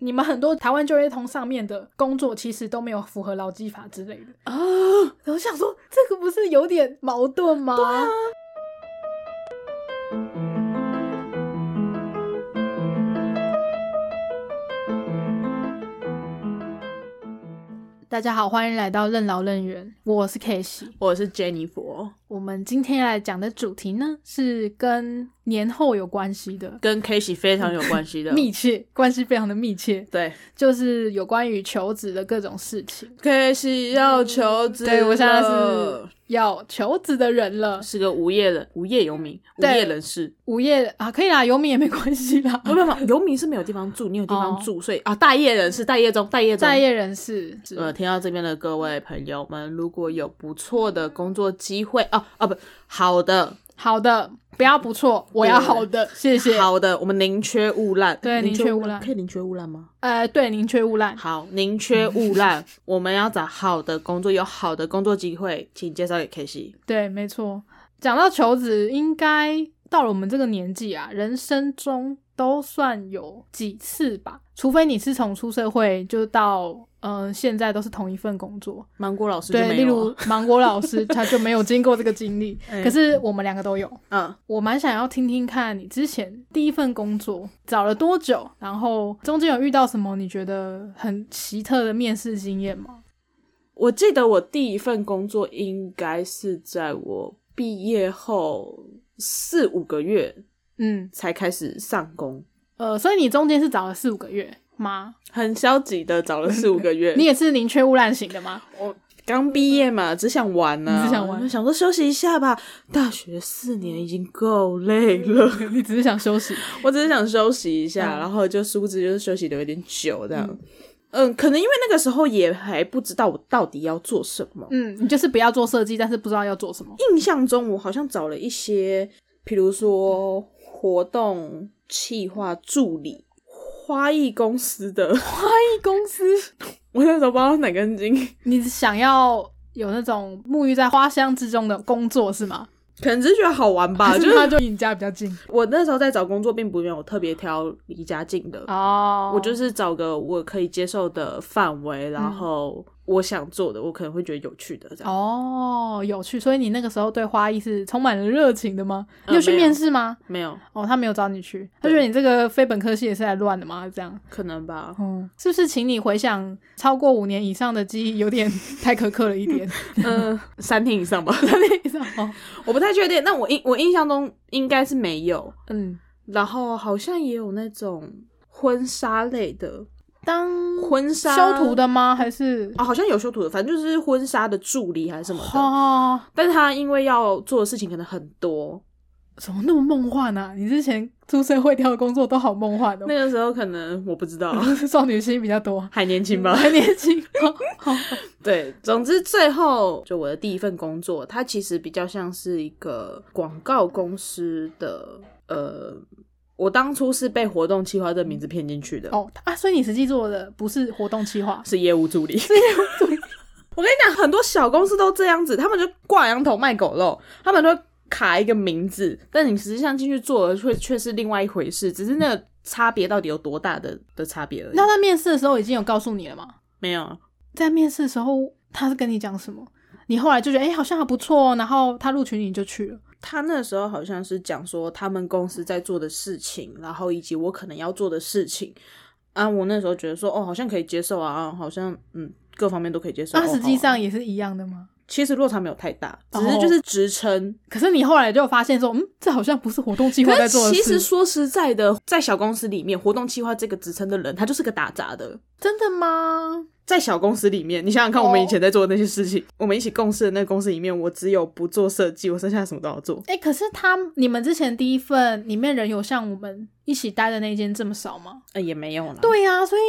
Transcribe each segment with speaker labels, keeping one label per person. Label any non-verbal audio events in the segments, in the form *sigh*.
Speaker 1: 你们很多台湾就业通上面的工作其实都没有符合劳基法之类的。
Speaker 2: 啊，
Speaker 1: 然后想说，这个不是有点矛盾吗？对啊。大家好，欢迎来到任劳任怨，我是 K 西。
Speaker 2: 我是 Jennifer，
Speaker 1: 我们今天要来讲的主题呢，是跟年后有关系的，
Speaker 2: 跟 k a s e y 非常有关系 *laughs* 的。
Speaker 1: 密切关系非常的密切，
Speaker 2: 对
Speaker 1: 就是有关于求职的各种事情。
Speaker 2: k a s e y 要求职了，
Speaker 1: 对我现在是要求职的人了，
Speaker 2: 是个无业人，无业游民，无
Speaker 1: 对
Speaker 2: 业人士。
Speaker 1: 午夜啊，可以啦，游民也没关系
Speaker 2: *laughs*
Speaker 1: 啦。
Speaker 2: 不不不，游民是哦没有地方住，你有地方
Speaker 1: 哦
Speaker 2: 住，所以啊，待业人士，待业中，待业中，
Speaker 1: 在业人士，
Speaker 2: 呃，听到这边的各位朋友们，如果有不错的工作机会，哦哦不，好的，
Speaker 1: 好的，不要不错，我要好的，谢谢。
Speaker 2: 好的，我们宁缺毋滥，
Speaker 1: 对宁缺毋滥
Speaker 2: 可以宁缺毋滥吗？
Speaker 1: 呃，对，宁缺毋滥。
Speaker 2: 好，宁缺毋滥，我们要找好的工作，有好的工作机会，请介绍给 K C。
Speaker 1: 对，没错。讲到求职，应该到了我们这个年纪啊，人生中都算有几次吧，除非你是从出社会就到嗯、呃现在都是同一份工作。
Speaker 2: 芒果老师就
Speaker 1: 对，
Speaker 2: 没
Speaker 1: 例
Speaker 2: 有
Speaker 1: 如
Speaker 2: 了，
Speaker 1: 芒果老师他就没有经过这个经历，
Speaker 2: *laughs* 哎
Speaker 1: 可是我们两个都有。
Speaker 2: 嗯，
Speaker 1: 我蛮想要听听看你之前第一份工作找了多久，然后中间有遇到什么你觉得很奇特的面试经验吗？
Speaker 2: 我记得我第一份工作应该是在我毕业后四五个月
Speaker 1: 嗯，
Speaker 2: 才开始上工，
Speaker 1: 呃，所以你中间是找了四五个月吗？
Speaker 2: 很消极的找了四五个月。
Speaker 1: *laughs* 你也是宁缺毋滥型的吗？ *laughs*
Speaker 2: 我刚毕业嘛，只想玩呢、
Speaker 1: 只想玩
Speaker 2: 想说休息一下吧。大学四年已经够累了，
Speaker 1: 你只是想休息？
Speaker 2: *laughs* 我只是想休息一下，
Speaker 1: 嗯
Speaker 2: 然后就殊不知就是休息的有点久这样。嗯，可能因为那个时候也还不知道我到底要做什么。
Speaker 1: 嗯，你就是不要做设计，但是不知道要做什么。
Speaker 2: 印象中，我好像找了一些，比如说活动企划助理、花艺公
Speaker 1: *laughs*
Speaker 2: 司的。
Speaker 1: 一公司，
Speaker 2: 我那时候不知道哪根筋，
Speaker 1: 你想要有那种沐浴在花香之中的工作是吗？
Speaker 2: 可能只是觉得好玩
Speaker 1: *laughs*
Speaker 2: 吧。
Speaker 1: 还
Speaker 2: 就是是
Speaker 1: 他啊就离你家比较近
Speaker 2: 我那时候在找工作，并不没有特别挑离家近的，
Speaker 1: 哦
Speaker 2: 我就是找个我可以接受的范围，然后我想做的，我可能会觉得有趣的这样。
Speaker 1: 哦，有趣。所以你那个时候对花艺是充满了热情的吗？
Speaker 2: 呃
Speaker 1: 你有去
Speaker 2: 没有
Speaker 1: 面试吗？
Speaker 2: 没有，
Speaker 1: 哦，他没有找你去，他
Speaker 2: 对
Speaker 1: 觉得你这个非本科系也是来乱的吗？这样，
Speaker 2: 可能吧。
Speaker 1: *laughs* 嗯，是不是请你回想超过五年以上的记忆有点 *laughs* 太苛刻了一点？ *laughs*
Speaker 2: 嗯、三天以上吧，
Speaker 1: 你知道吗？
Speaker 2: *laughs* 我不太确定。但我印我印象中应该是没有。
Speaker 1: 嗯，
Speaker 2: 然后好像也有那种婚纱类的
Speaker 1: 当
Speaker 2: 婚纱
Speaker 1: 修图的吗？还是
Speaker 2: 啊、好像有修图的，反正就是婚纱的助理还是什么的。
Speaker 1: 哦，
Speaker 2: 但是他因为要做的事情可能很多，
Speaker 1: 怎么那么梦幻啊？你之前出社会跳的工作都好梦幻哦
Speaker 2: 那，个时候可能我不
Speaker 1: *laughs*
Speaker 2: 知道，
Speaker 1: 少女心比较多，
Speaker 2: 还年轻吧。
Speaker 1: 还年轻。好好
Speaker 2: 对，总之最后就我的第一份工作，它其实比较像是一个广告公司的呃。我当初是被活动企划这名字骗进去的，
Speaker 1: *laughs* 哦啊，所以你实际做的不是活动企划，
Speaker 2: 是业务助理。我跟你讲，很多小公司都这样子，他们就挂羊头卖狗肉，他们都会卡一个名字，但你实际上进去做的却却是另外一回事，只是那个差别到底有多大的的差别而已。
Speaker 1: 那在面试的时候已经有告诉你了吗？
Speaker 2: 没有啊，
Speaker 1: 在面试的时候，他是跟你讲什么？你后来就觉得，哎、好像还不错哦，然后他录取你就去了。
Speaker 2: 他那时候好像是讲说他们公司在做的事情，然后以及我可能要做的事情。啊，我那时候觉得说，哦，好像可以接受啊，啊好像嗯，各方面都可以接受。
Speaker 1: 那
Speaker 2: 哦
Speaker 1: 实际
Speaker 2: 好啊
Speaker 1: 上也是一样的吗？
Speaker 2: 其实落差没有太大，只
Speaker 1: 哦
Speaker 2: 是就是职称
Speaker 1: 可是你后来就发现说，嗯，这好像不是活动计划
Speaker 2: 可
Speaker 1: 在
Speaker 2: 是
Speaker 1: 做的事。
Speaker 2: 其实说实在的，在小公司里面，活动计划这个职称的人，他就是个打杂的。
Speaker 1: 真的吗？
Speaker 2: 在小公司里面，你想想看，我们
Speaker 1: 哦
Speaker 2: 以前在做的那些事情我们一起共事的那个公司里面，我只有不做设计，我剩下什么都要做。
Speaker 1: 哎、可是他你们之前第一份里面人有像我们一起待的那间这么少吗？
Speaker 2: 呃，也没有啦。
Speaker 1: 对呀、所以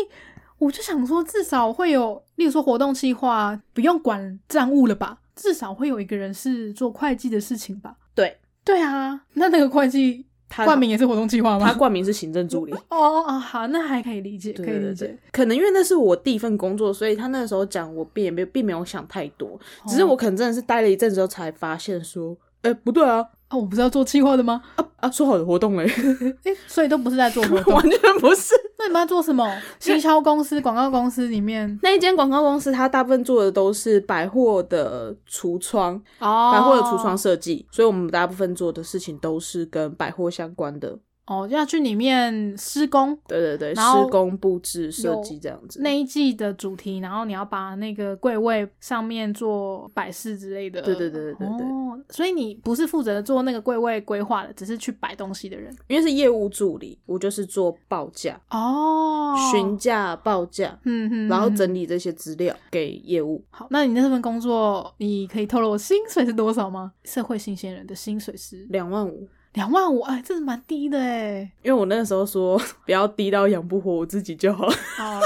Speaker 1: 我就想说，至少会有，例如说活动计划，不用管账务了吧？至少会有一个人是做会计的事情吧？
Speaker 2: 对，
Speaker 1: 对啊，那那个会计
Speaker 2: 他
Speaker 1: 冠名也是活动计划吗？
Speaker 2: 他冠名是行政助理，
Speaker 1: 哦哦，好，那还可以理解，
Speaker 2: *laughs* 对
Speaker 1: 可以理。
Speaker 2: 对
Speaker 1: 解
Speaker 2: 对。可能因为那是我第一份工作，所以他那时候讲我并也哦没并没有想太多，只是我可能真的是待了一阵之后才发现说，哎、不对啊，
Speaker 1: 啊，我不是要做计划的吗？
Speaker 2: 啊啊，说好的活动嘞， *laughs*
Speaker 1: 诶、所以都不是在做活动，
Speaker 2: 完全不是。
Speaker 1: 那你们在做什么？行销公司、广告公司里面
Speaker 2: 那一间广告公司，它大部分做的都是百货的橱窗，
Speaker 1: 哦
Speaker 2: 百货的橱窗设计，所以我们大部分做的事情都是跟百货相关的。
Speaker 1: 哦，要去里面施工
Speaker 2: 对对对，
Speaker 1: 然后
Speaker 2: 施工布置设计这样子。
Speaker 1: 那一季的主题，然后你要把那个柜位上面做摆饰之类的。
Speaker 2: 对对对对对对
Speaker 1: 哦，所以你不是负责做那个柜位规划的，只是去摆东西的人。
Speaker 2: 因为是业务助理，我就是做报价、
Speaker 1: 哦，
Speaker 2: 询价、报价，
Speaker 1: 嗯哼，
Speaker 2: 然后
Speaker 1: 嗯
Speaker 2: 整理这些资料给业务。
Speaker 1: 好，那你那份工作，你可以透露薪水是多少吗？社会新鲜人的薪水是
Speaker 2: 两万五，
Speaker 1: 两万五，哎，这是蛮低的哎。
Speaker 2: 因为我那个时候说 *laughs* 不要低到养不活我自己就好。
Speaker 1: 哦，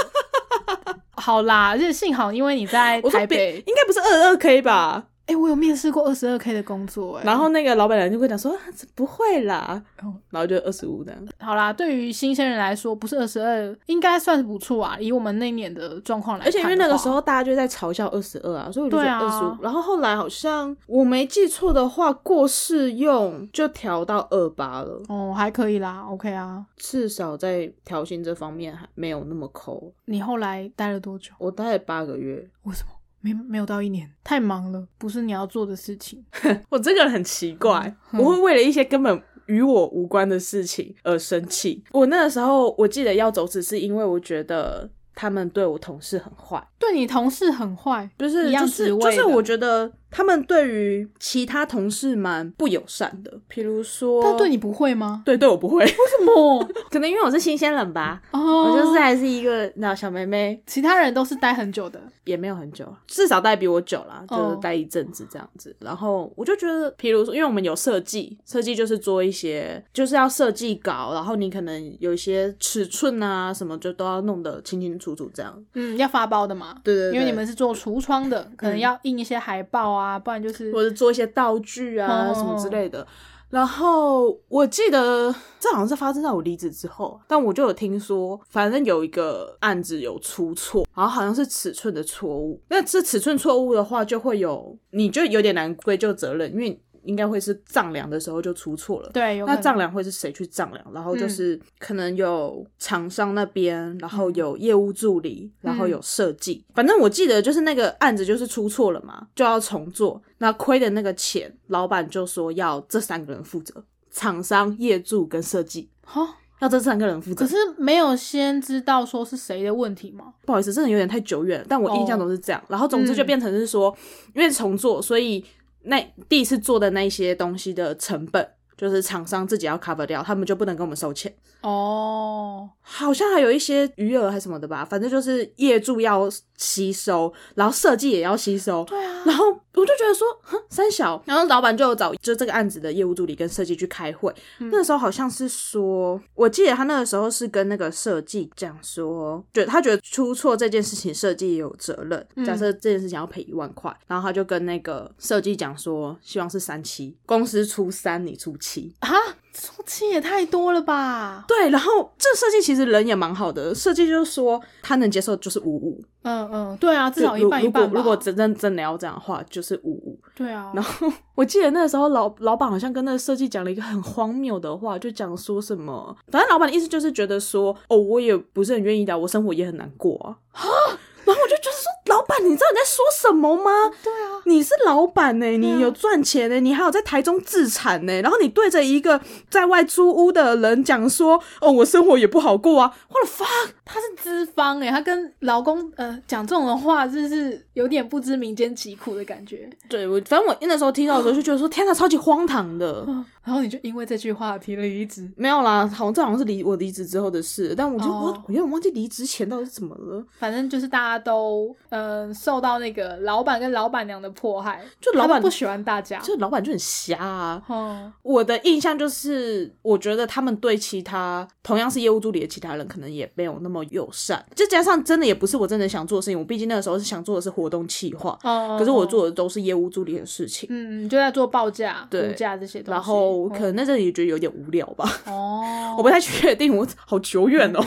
Speaker 1: *laughs* 好啦，而且幸好因为你在
Speaker 2: 我
Speaker 1: 台
Speaker 2: 说别
Speaker 1: 北，
Speaker 2: 应该不是二二 k 吧？
Speaker 1: 哎、我有面试过二十二 k 的工作哎。
Speaker 2: 然后那个老板娘就会讲说啊这不会啦
Speaker 1: 哦，
Speaker 2: 然后就二十五这样。
Speaker 1: 好啦，对于新鲜人来说，不是二十二，应该算是不错啊。以我们那年的状况来看
Speaker 2: 而
Speaker 1: 的
Speaker 2: 且
Speaker 1: 话，
Speaker 2: 因为那个时候大家就在嘲笑二十二啊，所以我就觉
Speaker 1: 对
Speaker 2: 得
Speaker 1: 啊
Speaker 2: 二十五。然后后来好像我没记错的话，过试用就调到二八了，
Speaker 1: 哦还可以啦，OK 啊。
Speaker 2: 至少在调薪这方面还没有那么抠。
Speaker 1: 你后来待了多久？
Speaker 2: 我待了八个月，
Speaker 1: 为什么没没有到一年？太忙了，不是你要做的事情。
Speaker 2: 我这个人很奇怪，
Speaker 1: 嗯
Speaker 2: 我会为了一些根本与我无关的事情而生气。我那个时候我记得要走，只是因为我觉得他们对我同事很坏，
Speaker 1: 对你同事很坏，
Speaker 2: 就是
Speaker 1: 一样
Speaker 2: 就
Speaker 1: 职
Speaker 2: 是
Speaker 1: 位
Speaker 2: 就
Speaker 1: 的
Speaker 2: 是我觉得他们对于其他同事蛮不友善的，比如说，
Speaker 1: 但对你不会吗？
Speaker 2: 对对我不会，
Speaker 1: 为什么？
Speaker 2: *laughs* 可能因为我是新鲜人吧。
Speaker 1: 哦，
Speaker 2: 我就是还是一个那小妹妹，
Speaker 1: 其他人都是待很久的，
Speaker 2: 也没有很久，啊至少待比我久啦，
Speaker 1: 哦
Speaker 2: 就是待一阵子这样子。然后我就觉得，比如说，因为我们有设计，设计就是做一些，就是要设计稿，然后你可能有一些尺寸啊什么，就都要弄得清清楚楚这样。
Speaker 1: 嗯，要发包的嘛。
Speaker 2: 对对对，
Speaker 1: 因为你们是做橱窗的，可能
Speaker 2: 嗯
Speaker 1: 要印一些海报啊，不然就是
Speaker 2: 或者做一些道具啊、
Speaker 1: 哦
Speaker 2: 什么之类的。然后我记得这好像是发生在我离职之后，但我就有听说，反正有一个案子有出错，然后好像是尺寸的错误。那这尺寸错误的话，就会有你就有点难归咎责任，因为应该会是丈量的时候就出错了。
Speaker 1: 对，有可
Speaker 2: 那
Speaker 1: 能
Speaker 2: 丈量会是谁去丈量？然后
Speaker 1: 嗯
Speaker 2: 就是可能有厂商那边，然
Speaker 1: 嗯
Speaker 2: 后有业务助理，然后有设计。反正我记得就是那个案子就是出错了嘛，就要重做。那亏的那个钱，老板就说要这三个人负责：厂商、业主跟设计，
Speaker 1: 哈，
Speaker 2: 要这三个人负责
Speaker 1: 可。是没有先知道说是谁的问题吗？
Speaker 2: 不好意思，真的有点太久远了，但我印象
Speaker 1: 哦
Speaker 2: 中是这样。然后总之就
Speaker 1: 嗯
Speaker 2: 变成是说，因为重做，所以那第一次做的那一些东西的成本。就是厂商自己要 cover 掉，他们就不能跟我们收钱。
Speaker 1: 哦，
Speaker 2: 好像还有一些余额还什么的吧，反正就是业主要吸收，然后设计也要吸收。
Speaker 1: 对啊，
Speaker 2: 然后我就觉得说，哼，三小，然后老板就有找就这个案子的业务助理跟设计去开会。
Speaker 1: 嗯
Speaker 2: 那时候好像是说，我记得他那个时候是跟那个设计讲说，就他觉得出错这件事情，设计也有责任。
Speaker 1: 嗯
Speaker 2: 假设这件事情要赔一万块，然后他就跟那个设计讲说，希望是三七，公司出三，你出七。
Speaker 1: 啊，出气也太多了吧？
Speaker 2: 对，然后这设计其实人也蛮好的，设计就是说他能接受就是五五，
Speaker 1: 嗯嗯，对啊，至
Speaker 2: 就
Speaker 1: 少一半一半
Speaker 2: 如
Speaker 1: 吧。
Speaker 2: 果如果真正真的要这样的话，就是五五。
Speaker 1: 对啊，
Speaker 2: 然后我记得那时候老老板好像跟那个设计讲了一个很荒谬的话，就讲说什么，反正老板的意思就是觉得说，哦，我也不是很愿意的，我生活也很难过啊。 *gasps* 然后我就觉得说，老板，你知道你在说什么吗？
Speaker 1: 对啊，
Speaker 2: 你是老板呢、
Speaker 1: 啊
Speaker 2: 你有赚钱欸呢、你还有在台中自产呢、欸然后你对着一个在外租屋的人讲说，哦，我生活也不好过啊，我的 fuck，
Speaker 1: 他是资方欸诶、他跟老公呃讲这种的话，真是有点不知民间疾苦的感觉。
Speaker 2: 对我，反正我那时候听到的时候就觉得说，天哪，超级荒唐的。
Speaker 1: 嗯，然后你就因为这句话提了离职。
Speaker 2: 没有啦，好像这好像是离我离职之后的事，但我就、
Speaker 1: 哦
Speaker 2: 我我有点忘记离职前到底是怎么了。
Speaker 1: 反正就是大家都嗯、呃受到那个老板跟老板娘的迫害，
Speaker 2: 就老
Speaker 1: 他
Speaker 2: 板
Speaker 1: 们不喜欢大家。
Speaker 2: 就老板就很瞎啊！
Speaker 1: 哦，
Speaker 2: 我的印象就是，我觉得他们对其他同样是业务助理的其他人，可能也没有那么友善。再加上真的也不是我真的想做的事情，我毕竟那个时候是想做的是活动企划，
Speaker 1: 哦
Speaker 2: 可是我
Speaker 1: 哦
Speaker 2: 做的都是业务助理的事情。
Speaker 1: 嗯，就在做报价、
Speaker 2: 对
Speaker 1: 估价这些东西。
Speaker 2: 然后后可能那阵也觉得有点无聊吧，
Speaker 1: 哦，嗯
Speaker 2: 我不太确定，我好久远哦。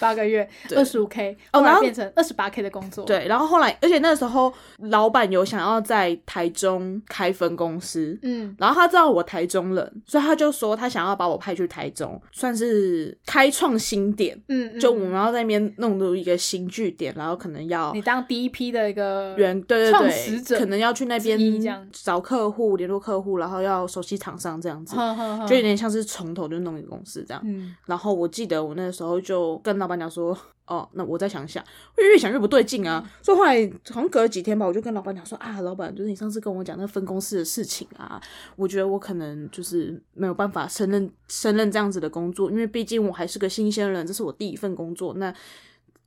Speaker 1: 八个月
Speaker 2: 对
Speaker 1: 二十五 k，
Speaker 2: 哦
Speaker 1: 后来
Speaker 2: 然后
Speaker 1: 变成二十八 k 的工作，，
Speaker 2: *laughs* 对，然后后来，而且那时候老板有想要在台中开分公司，
Speaker 1: 嗯，
Speaker 2: 然后他知道我台中人，所以他就说他想要把我派去台中，算是开创新点，
Speaker 1: 嗯，嗯
Speaker 2: 就我们要在那边弄出一个新据点，然后可能要
Speaker 1: 你当第一批的一个
Speaker 2: 原对对
Speaker 1: 创始
Speaker 2: 对，
Speaker 1: 者
Speaker 2: 可能要去那边
Speaker 1: 之一这样
Speaker 2: 找客户、联络客户，然后要熟悉厂商这样子，
Speaker 1: 呵呵呵，
Speaker 2: 就有点像是从头就弄一个公司这样。
Speaker 1: 嗯，
Speaker 2: 然后我记得我那时候就跟老板娘说，哦，那我再想想，我越想越不对劲啊。
Speaker 1: 嗯
Speaker 2: 所以后来好像隔了几天吧，我就跟老板娘说啊，老板，就是你上次跟我讲那分公司的事情啊，我觉得我可能就是没有办法胜任胜任这样子的工作，因为毕竟我还是个新鲜人，这是我第一份工作，那。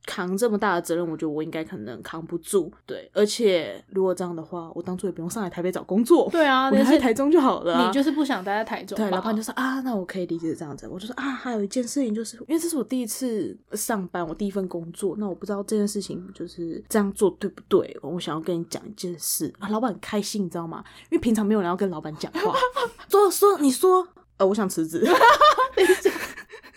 Speaker 2: 扛这么大的责任，我觉得我应该可能扛不住。对，而且如果这样的话，我当初也不用上来台北找工作，
Speaker 1: 对啊，
Speaker 2: 哦我
Speaker 1: 但
Speaker 2: 在
Speaker 1: 是
Speaker 2: 台中就好了啊、
Speaker 1: 你就是不想待在台中吧，
Speaker 2: 对，老板就说啊，那我可以理解这样子。我就说啊，还有一件事情，就是因为这是我第一次上班，我第一份工作，那我不知道这件事情就是这样做对不对。我想要跟你讲一件事啊，老板很开心，你知道吗？因为平常没有人要跟老板讲话， *laughs* 说说你说，呃，我想辞 *laughs* 职。 *laughs*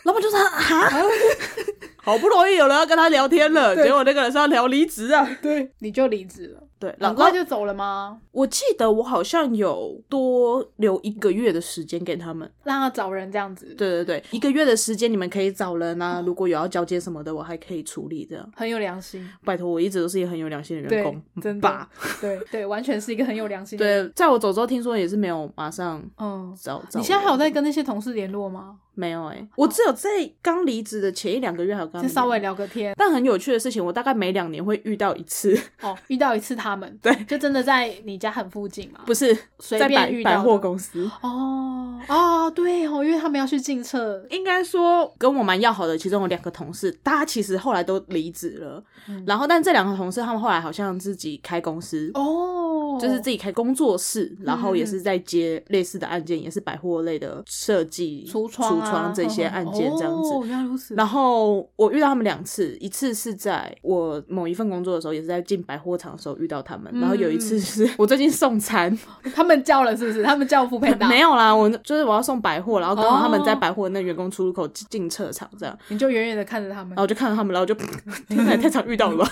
Speaker 2: 老板就说啊， *laughs* 好不容易有人要跟他聊天 *laughs* 了，
Speaker 1: 对
Speaker 2: 结果那个人是要聊离职啊。 *laughs*
Speaker 1: 对，你就离职了，
Speaker 2: 对，老
Speaker 1: 很快
Speaker 2: 板
Speaker 1: 就走了吗？
Speaker 2: 我记得我好像有多留一个月的时间给他们。
Speaker 1: 让他找人这样子，，
Speaker 2: 对对对，一个月的时间你们可以找人啊，
Speaker 1: 嗯
Speaker 2: 如果有要交接什么的，我还可以处理这样。
Speaker 1: 很有良心，
Speaker 2: 拜托，我一直都是一个很有良心的员
Speaker 1: 对
Speaker 2: 工，，
Speaker 1: 真的
Speaker 2: 吧？，
Speaker 1: 对对，完全是一个很有良心的人，
Speaker 2: 对，在我走之后，听说也是没有马上
Speaker 1: 嗯，
Speaker 2: 找找人。
Speaker 1: 你现在还有在跟那些同事联络吗？
Speaker 2: 没有、欸？我只有在刚离职的前一两个月还有跟他
Speaker 1: 就
Speaker 2: 们
Speaker 1: 稍微
Speaker 2: 聊。
Speaker 1: 聊个天，
Speaker 2: 但很有趣的事情，我大概每两年会遇到一次， *laughs*
Speaker 1: *laughs* 哦，遇到一次他们，
Speaker 2: 对
Speaker 1: 就真的在你家很附近嘛，
Speaker 2: 不是
Speaker 1: 随
Speaker 2: 在
Speaker 1: 便
Speaker 2: 百
Speaker 1: 遇到的
Speaker 2: 百货公司。
Speaker 1: 哦哦，对哦，因为他们要去进测，
Speaker 2: 应该说跟我蛮要好的，其中有两个同事，大家其实后来都离职了。
Speaker 1: 嗯
Speaker 2: 然后，但这两个同事他们后来好像自己开公司，
Speaker 1: 哦，
Speaker 2: 就是自己开工作室，然后也
Speaker 1: 嗯
Speaker 2: 是在接类似的案件，也是百货类的设计、
Speaker 1: 橱窗、啊、
Speaker 2: 橱窗这些案件这样子。
Speaker 1: 哦，原来如此。
Speaker 2: 然后我遇到他们两次，一次是在我某一份工作的时候，也是在进百货场的时候遇到他们。然后有一
Speaker 1: 嗯
Speaker 2: 次
Speaker 1: *laughs*
Speaker 2: 是我最近送餐，
Speaker 1: 他们叫了是不是？他们叫副配档，
Speaker 2: *laughs* 没有啦，我就是我要送百货，然后刚好他们在
Speaker 1: 哦
Speaker 2: 百货那员工出入口进进车场这样，
Speaker 1: 你就远远的看着他们
Speaker 2: 然后。我就看到他们，然后我就 *laughs* 天哪，也太常遇到了
Speaker 1: *laughs*
Speaker 2: 吧？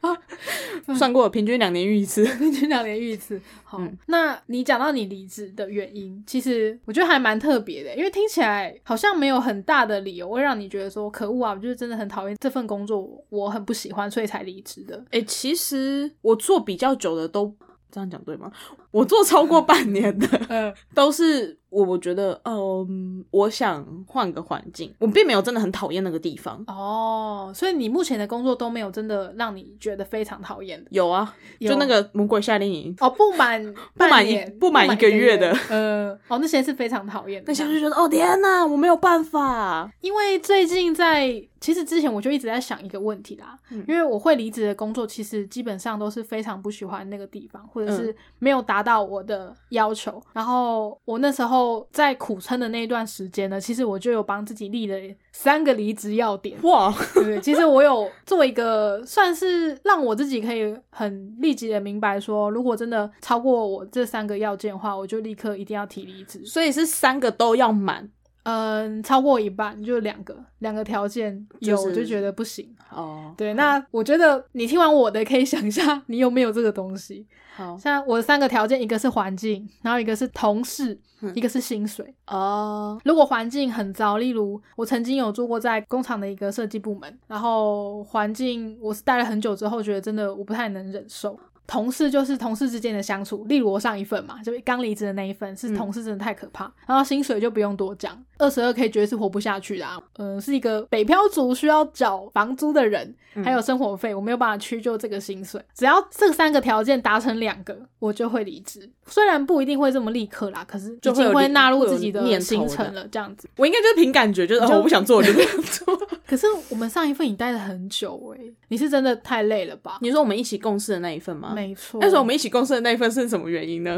Speaker 2: 对 *laughs* 啊，算过平均两年遇一次。
Speaker 1: 平均两年遇一次。好，
Speaker 2: 嗯
Speaker 1: 那你讲到你离职的原因，其实我觉得还蛮特别的，因为听起来好像没有很大的理由会让你觉得说可恶啊，我就是真的很讨厌这份工作，我很不喜欢，所以才离职的。
Speaker 2: 哎、其实我做比较久的都这样讲对吗？我做超过半年的
Speaker 1: 嗯，
Speaker 2: 都是我，我觉得，嗯，我想换个环境，我并没有真的很讨厌那个地方。
Speaker 1: 哦，所以你目前的工作都没有真的让你觉得非常讨厌的。
Speaker 2: 有啊，
Speaker 1: 有
Speaker 2: 就那个魔鬼夏令营，
Speaker 1: 哦，不满
Speaker 2: 满
Speaker 1: 半
Speaker 2: 一
Speaker 1: 年
Speaker 2: *laughs* 不满一个月的
Speaker 1: 呃，哦，那些是非常讨厌的。
Speaker 2: 那下就觉得，哦天哪，我没有办法。
Speaker 1: 因为最近在，其实之前我就一直在想一个问题啦，
Speaker 2: 嗯，
Speaker 1: 因为我会离职的工作，其实基本上都是非常不喜欢那个地方，或者是没有达到我的要求。然后我那时候在苦撑的那一段时间呢，其实我就有帮自己立了三个离职要点
Speaker 2: 哇， *laughs*
Speaker 1: 对不对？其实我有做一个算是让我自己可以很立即的明白说，如果真的超过我这三个要件的话，我就立刻一定要提离职。
Speaker 2: 所以是三个都要满
Speaker 1: 嗯，超过一半就两个，两个条件有、
Speaker 2: 就是
Speaker 1: 我就觉得不行。
Speaker 2: 哦。
Speaker 1: 对，那我觉得你听完我的，可以想一下你有没有这个东西。
Speaker 2: 好
Speaker 1: 像我的三个条件，一个是环境，然后一个是同事，
Speaker 2: 嗯
Speaker 1: 一个是薪水。
Speaker 2: 哦，
Speaker 1: 如果环境很糟，例如我曾经有做过在工厂的一个设计部门，然后环境我是待了很久之后，觉得真的我不太能忍受。同事就是同事之间的相处，例如我上一份嘛，就刚离职的那一份是
Speaker 2: 嗯
Speaker 1: 同事，真的太可怕。然后薪水就不用多讲，二十二 k 绝对是活不下去的、啊。嗯、是一个北漂族需要缴房租的人，
Speaker 2: 嗯
Speaker 1: 还有生活费，我没有办法屈就这个薪水。只要这三个条件达成两个，我就会离职。虽然不一定会这么立刻啦，可是
Speaker 2: 就
Speaker 1: 已
Speaker 2: 会有
Speaker 1: 经会
Speaker 2: 理
Speaker 1: 纳入
Speaker 2: 会有
Speaker 1: 自己
Speaker 2: 念
Speaker 1: 的行
Speaker 2: 头的
Speaker 1: 程了，这样子。
Speaker 2: 我应该就是凭感觉，就是
Speaker 1: 你就
Speaker 2: 哦，我不想做，我就不想做。
Speaker 1: 可是我们上一份你待了很久诶、你是真的太累了吧？
Speaker 2: *laughs* 你说我们一起共事的那一份吗？
Speaker 1: 没错，
Speaker 2: 那时候我们一起共事的那一份是什么原因呢？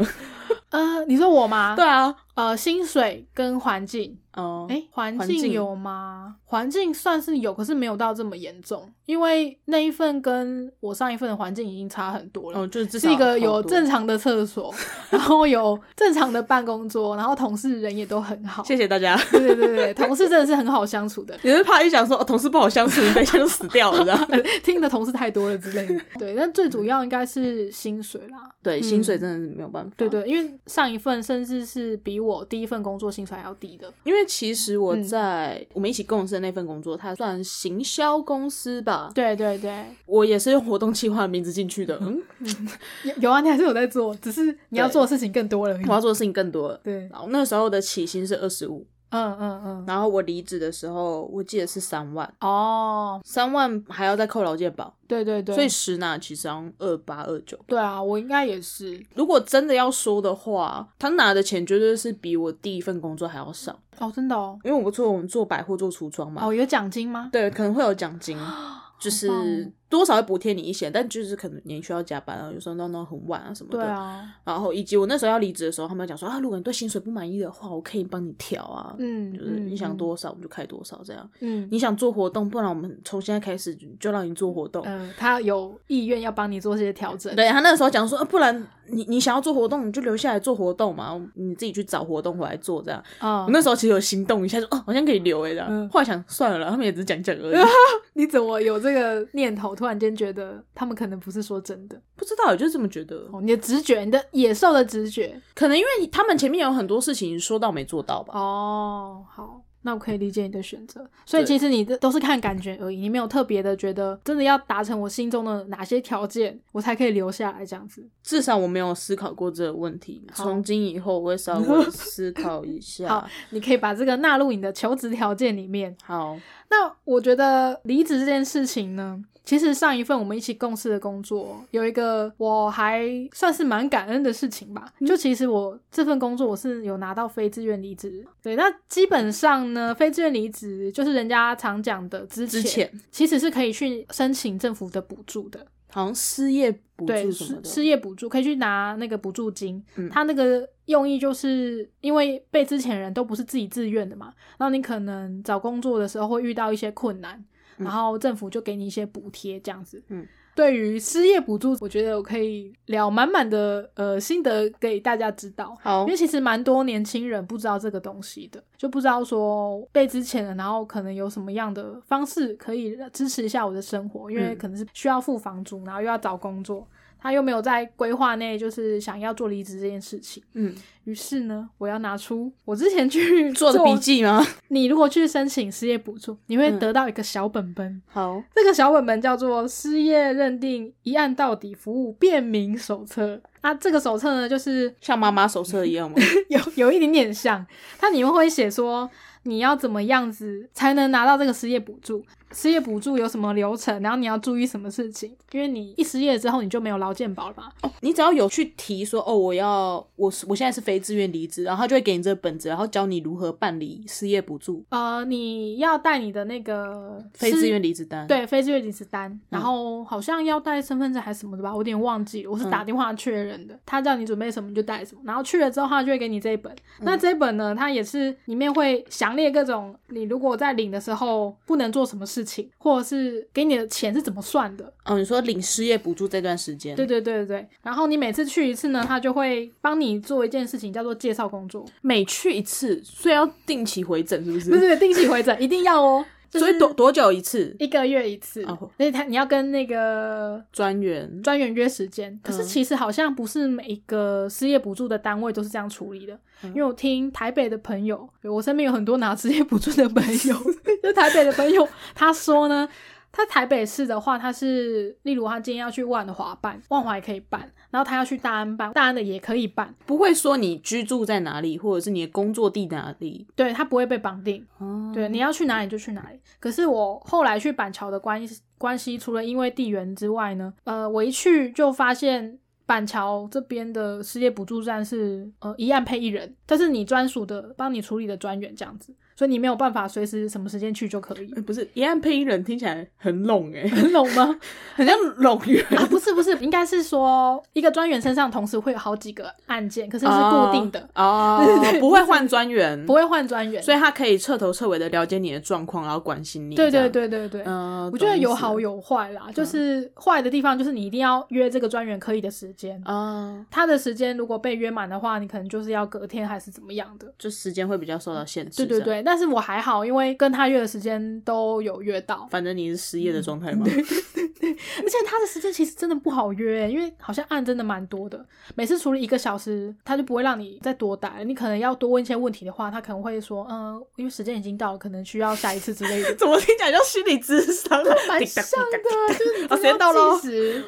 Speaker 1: 呃，你说我吗？
Speaker 2: 对啊，
Speaker 1: 呃薪水跟环境，
Speaker 2: 哦，
Speaker 1: 哎、环
Speaker 2: 环
Speaker 1: 境
Speaker 2: 境
Speaker 1: 有吗？环境算是有，可是没有到这么严重，因为那一份跟我上一份的环境已经差很多了。
Speaker 2: 哦，就是至
Speaker 1: 是一
Speaker 2: 少
Speaker 1: 个
Speaker 2: 好
Speaker 1: 有
Speaker 2: 多
Speaker 1: 正常的厕
Speaker 2: *laughs*
Speaker 1: 所，然后有正常的办公桌，然后同事人也都很好。
Speaker 2: 谢谢大家。
Speaker 1: *laughs* 对对对对，同事真的是很好相处的，
Speaker 2: *laughs* 你是怕一想说、哦、同事不好相处，你等一下就死掉 *laughs* 了，这样
Speaker 1: 听的同事太多了之类的。 *laughs* 对，但最主要应该是薪水啦。
Speaker 2: 对，
Speaker 1: 嗯
Speaker 2: 薪水真的是没有办法。
Speaker 1: 对，对，因为上一份甚至是比我第一份工作薪水还要低的。
Speaker 2: 因为其实我
Speaker 1: 嗯
Speaker 2: 在、我们一起共事的那份工作，它算行销公司吧，
Speaker 1: 对对对，
Speaker 2: 我也是用活动企划的名字进去的。嗯，
Speaker 1: 有有啊，你还是有在做，只是你要做的事情更多了而已。
Speaker 2: *laughs* 我要做的事情更多了。
Speaker 1: 对，
Speaker 2: 然后那时候的起薪是二十五，
Speaker 1: 嗯嗯嗯，
Speaker 2: 然后我离职的时候，我记得是三万，
Speaker 1: 哦，
Speaker 2: 三万还要再扣劳健保，
Speaker 1: 对对对，
Speaker 2: 所以实拿其实好像二八二九。
Speaker 1: 对啊，我应该也是。
Speaker 2: 如果真的要说的话，他拿的钱绝对是比我第一份工作还要少，
Speaker 1: 哦，真的哦，
Speaker 2: 因为我们做我们做百货做橱窗嘛，
Speaker 1: 哦，有奖金吗？
Speaker 2: 对，可能会有奖金，就是
Speaker 1: 好棒哦
Speaker 2: 多少会补贴你一些，但就是可能你需要加班啊，有时候弄到很晚啊什么的。
Speaker 1: 对啊，
Speaker 2: 然后以及我那时候要离职的时候，他们讲说啊，如果你对薪水不满意的话，我可以帮你调啊，
Speaker 1: 嗯，
Speaker 2: 就是
Speaker 1: 嗯
Speaker 2: 你想，多少我们就开多少这样。
Speaker 1: 嗯
Speaker 2: 你想做活动，不然我们从现在开始就让你做活动。
Speaker 1: 嗯，呃他有意愿要帮你做这些调整。
Speaker 2: 对他那个时候讲说，啊、不然你你想要做活动，你就留下来做活动嘛，你自己去找活动回来做这样。
Speaker 1: 啊
Speaker 2: 我，那时候其实有心动一下，就哦，好像可以留诶、这样。
Speaker 1: 嗯
Speaker 2: 后来想算了啦，他们也只是讲讲
Speaker 1: *laughs*
Speaker 2: 而已。
Speaker 1: 你怎么有这个念头？突然间觉得他们可能不是说真的
Speaker 2: 不知道，我就这么觉得。
Speaker 1: 哦，你的直觉，你的野兽的直觉。
Speaker 2: 可能因为他们前面有很多事情说到没做到吧。
Speaker 1: 哦，好，那我可以理解你的选择。所以
Speaker 2: 对
Speaker 1: 其实你的都是看感觉而已，你没有特别的觉得真的要达成我心中的哪些条件，我才可以留下来这样子。
Speaker 2: 至少我没有思考过这个问题。
Speaker 1: 好
Speaker 2: 从今以后我会稍微思考一下
Speaker 1: *laughs* 好。你可以把这个纳入你的求职条件里面。
Speaker 2: 好，
Speaker 1: 那我觉得离职这件事情呢，其实上一份我们一起共事的工作，有一个我还算是蛮感恩的事情吧。
Speaker 2: 嗯
Speaker 1: 就其实我这份工作我是有拿到非自愿离职，对，那基本上呢，非自愿离职就是人家常讲的之
Speaker 2: 之前
Speaker 1: 其实是可以去申请政府的补助的，
Speaker 2: 好像失业补
Speaker 1: 对，
Speaker 2: 助什么
Speaker 1: 失
Speaker 2: 的，
Speaker 1: 失业补助可以去拿那个补助金。
Speaker 2: 嗯
Speaker 1: 它那个用意就是因为被之前人都不是自己自愿的嘛，然后你可能找工作的时候会遇到一些困难，
Speaker 2: 嗯
Speaker 1: 然后政府就给你一些补贴这样子。
Speaker 2: 嗯。
Speaker 1: 对于失业补助，我觉得我可以聊满满的呃心得给大家知道。
Speaker 2: 好
Speaker 1: 因为，其实蛮多年轻人不知道这个东西的，就不知道说被之前的，然后可能有什么样的方式可以支持一下我的生活，因为
Speaker 2: 嗯
Speaker 1: 可能是需要付房租，然后又要找工作，他又没有在规划内，就是想要做离职这件事情。
Speaker 2: 嗯，
Speaker 1: 于是呢，我要拿出我之前去
Speaker 2: *laughs* 做的笔。记吗？
Speaker 1: 你如果去申请失业补助，你会
Speaker 2: 嗯
Speaker 1: 得到一个小本本，
Speaker 2: 好，
Speaker 1: 这个小本本叫做《失业认定一案到底服务便民手册》啊。这个手册呢，就是
Speaker 2: 像妈妈手册一样吗？
Speaker 1: 有有一点点像，它里面会写说你要怎么样子才能拿到这个失业补助，失业补助有什么流程，然后你要注意什么事情，因为你一失业之后你就没有劳健保了嘛。
Speaker 2: 哦 *laughs* 你只要有去提说哦，我要我是我现在是非自愿离职，然后他就会给你这个本子，然后教你如何办理失业补助、
Speaker 1: 呃，你要带你的那个
Speaker 2: 非自愿
Speaker 1: 离
Speaker 2: 离职单。，嗯
Speaker 1: 对非自愿离职单，然后好像要带身份证还是什么的吧，我有点忘记了，我是打
Speaker 2: 嗯
Speaker 1: 电话确认的。他叫你准备什么你就带什么，然后去了之后他就会给你这一本。那
Speaker 2: 嗯
Speaker 1: 这一本呢，它也是里面会详列各种你如果在领的时候不能做什么事情，或者是给你的钱是怎么算的。
Speaker 2: 哦，你说领失业补助这段时间，
Speaker 1: 对对对对对。然后你每次去一次呢，他就会帮你做一件事情，叫做介绍工作，
Speaker 2: 每去一次，所以要定期回诊，是不是？
Speaker 1: 不是定期回诊，一定要
Speaker 2: *laughs*
Speaker 1: 哦。就
Speaker 2: 所以
Speaker 1: 是
Speaker 2: 多多久一次？
Speaker 1: 一个月一次，
Speaker 2: 哦
Speaker 1: 而且他你要跟那个
Speaker 2: 专员
Speaker 1: 专员约时间，可是
Speaker 2: 嗯
Speaker 1: 其实好像不是每一个失业补助的单位都是这样处理的，
Speaker 2: 嗯
Speaker 1: 因为我听台北的朋友，我身边有很多拿失业补助的朋
Speaker 2: *laughs*
Speaker 1: 友，就台北的朋友，他说呢。他台北市的话，他是例如他今天要去万华办，万华也可以办，然后他要去大安办，大安的也可以办，
Speaker 2: 不会说你居住在哪里，或者是你的工作地哪里。
Speaker 1: 对他不会被绑定。
Speaker 2: 哦，
Speaker 1: 对，你要去哪里就去哪里。可是我后来去板桥的关系关系，除了因为地缘之外呢，呃，我一去就发现板桥这边的失业补助站是呃一案配一人，这是你专属的帮你处理的专员这样子。所以你没有办法随时什么时间去就可以。
Speaker 2: 呃不是一按配音人听起来很
Speaker 1: *laughs*
Speaker 2: 拢哎、
Speaker 1: 很懂吗？
Speaker 2: 很像拢员。
Speaker 1: 啊，不是不是，应该是说一个专员身上同时会有好几个按键，可是是固定的，
Speaker 2: 哦，
Speaker 1: 对
Speaker 2: 不会换专员，
Speaker 1: 不会换专员。
Speaker 2: 所以他可以彻头彻尾的了解你的状况，然后关心你。
Speaker 1: 对
Speaker 2: 这
Speaker 1: 对对
Speaker 2: 样，
Speaker 1: 对对，
Speaker 2: 嗯、
Speaker 1: 我觉得有
Speaker 2: 懂
Speaker 1: 好
Speaker 2: 意思嗯
Speaker 1: 有坏啦。就是坏的地方就是你一定要约这个专员可以的时间，
Speaker 2: 啊、
Speaker 1: 他的时间如果被约满的话，你可能就是要隔天还是怎么样的。
Speaker 2: 就时间会比较受到限制。
Speaker 1: 对对
Speaker 2: 这样，
Speaker 1: 对，但是我还好，因为跟他约的时间都有约到，
Speaker 2: 反正你是失业的状态
Speaker 1: 嗯
Speaker 2: 嘛。，
Speaker 1: 而且他的时间其实真的不好约、欸因为好像案真的蛮多的，每次除了一个小时，他就不会让你再多待，你可能要多问一些问题的话，他可能会说，嗯，因为时间已经到了，可能需要下一次之类的
Speaker 2: *laughs* *laughs* 怎么听起来像心理智商啊？
Speaker 1: *laughs* 蛮
Speaker 2: *laughs* 滴答
Speaker 1: 像
Speaker 2: 滴答
Speaker 1: 的啊，就是你
Speaker 2: 哦时间到
Speaker 1: 了
Speaker 2: 咯，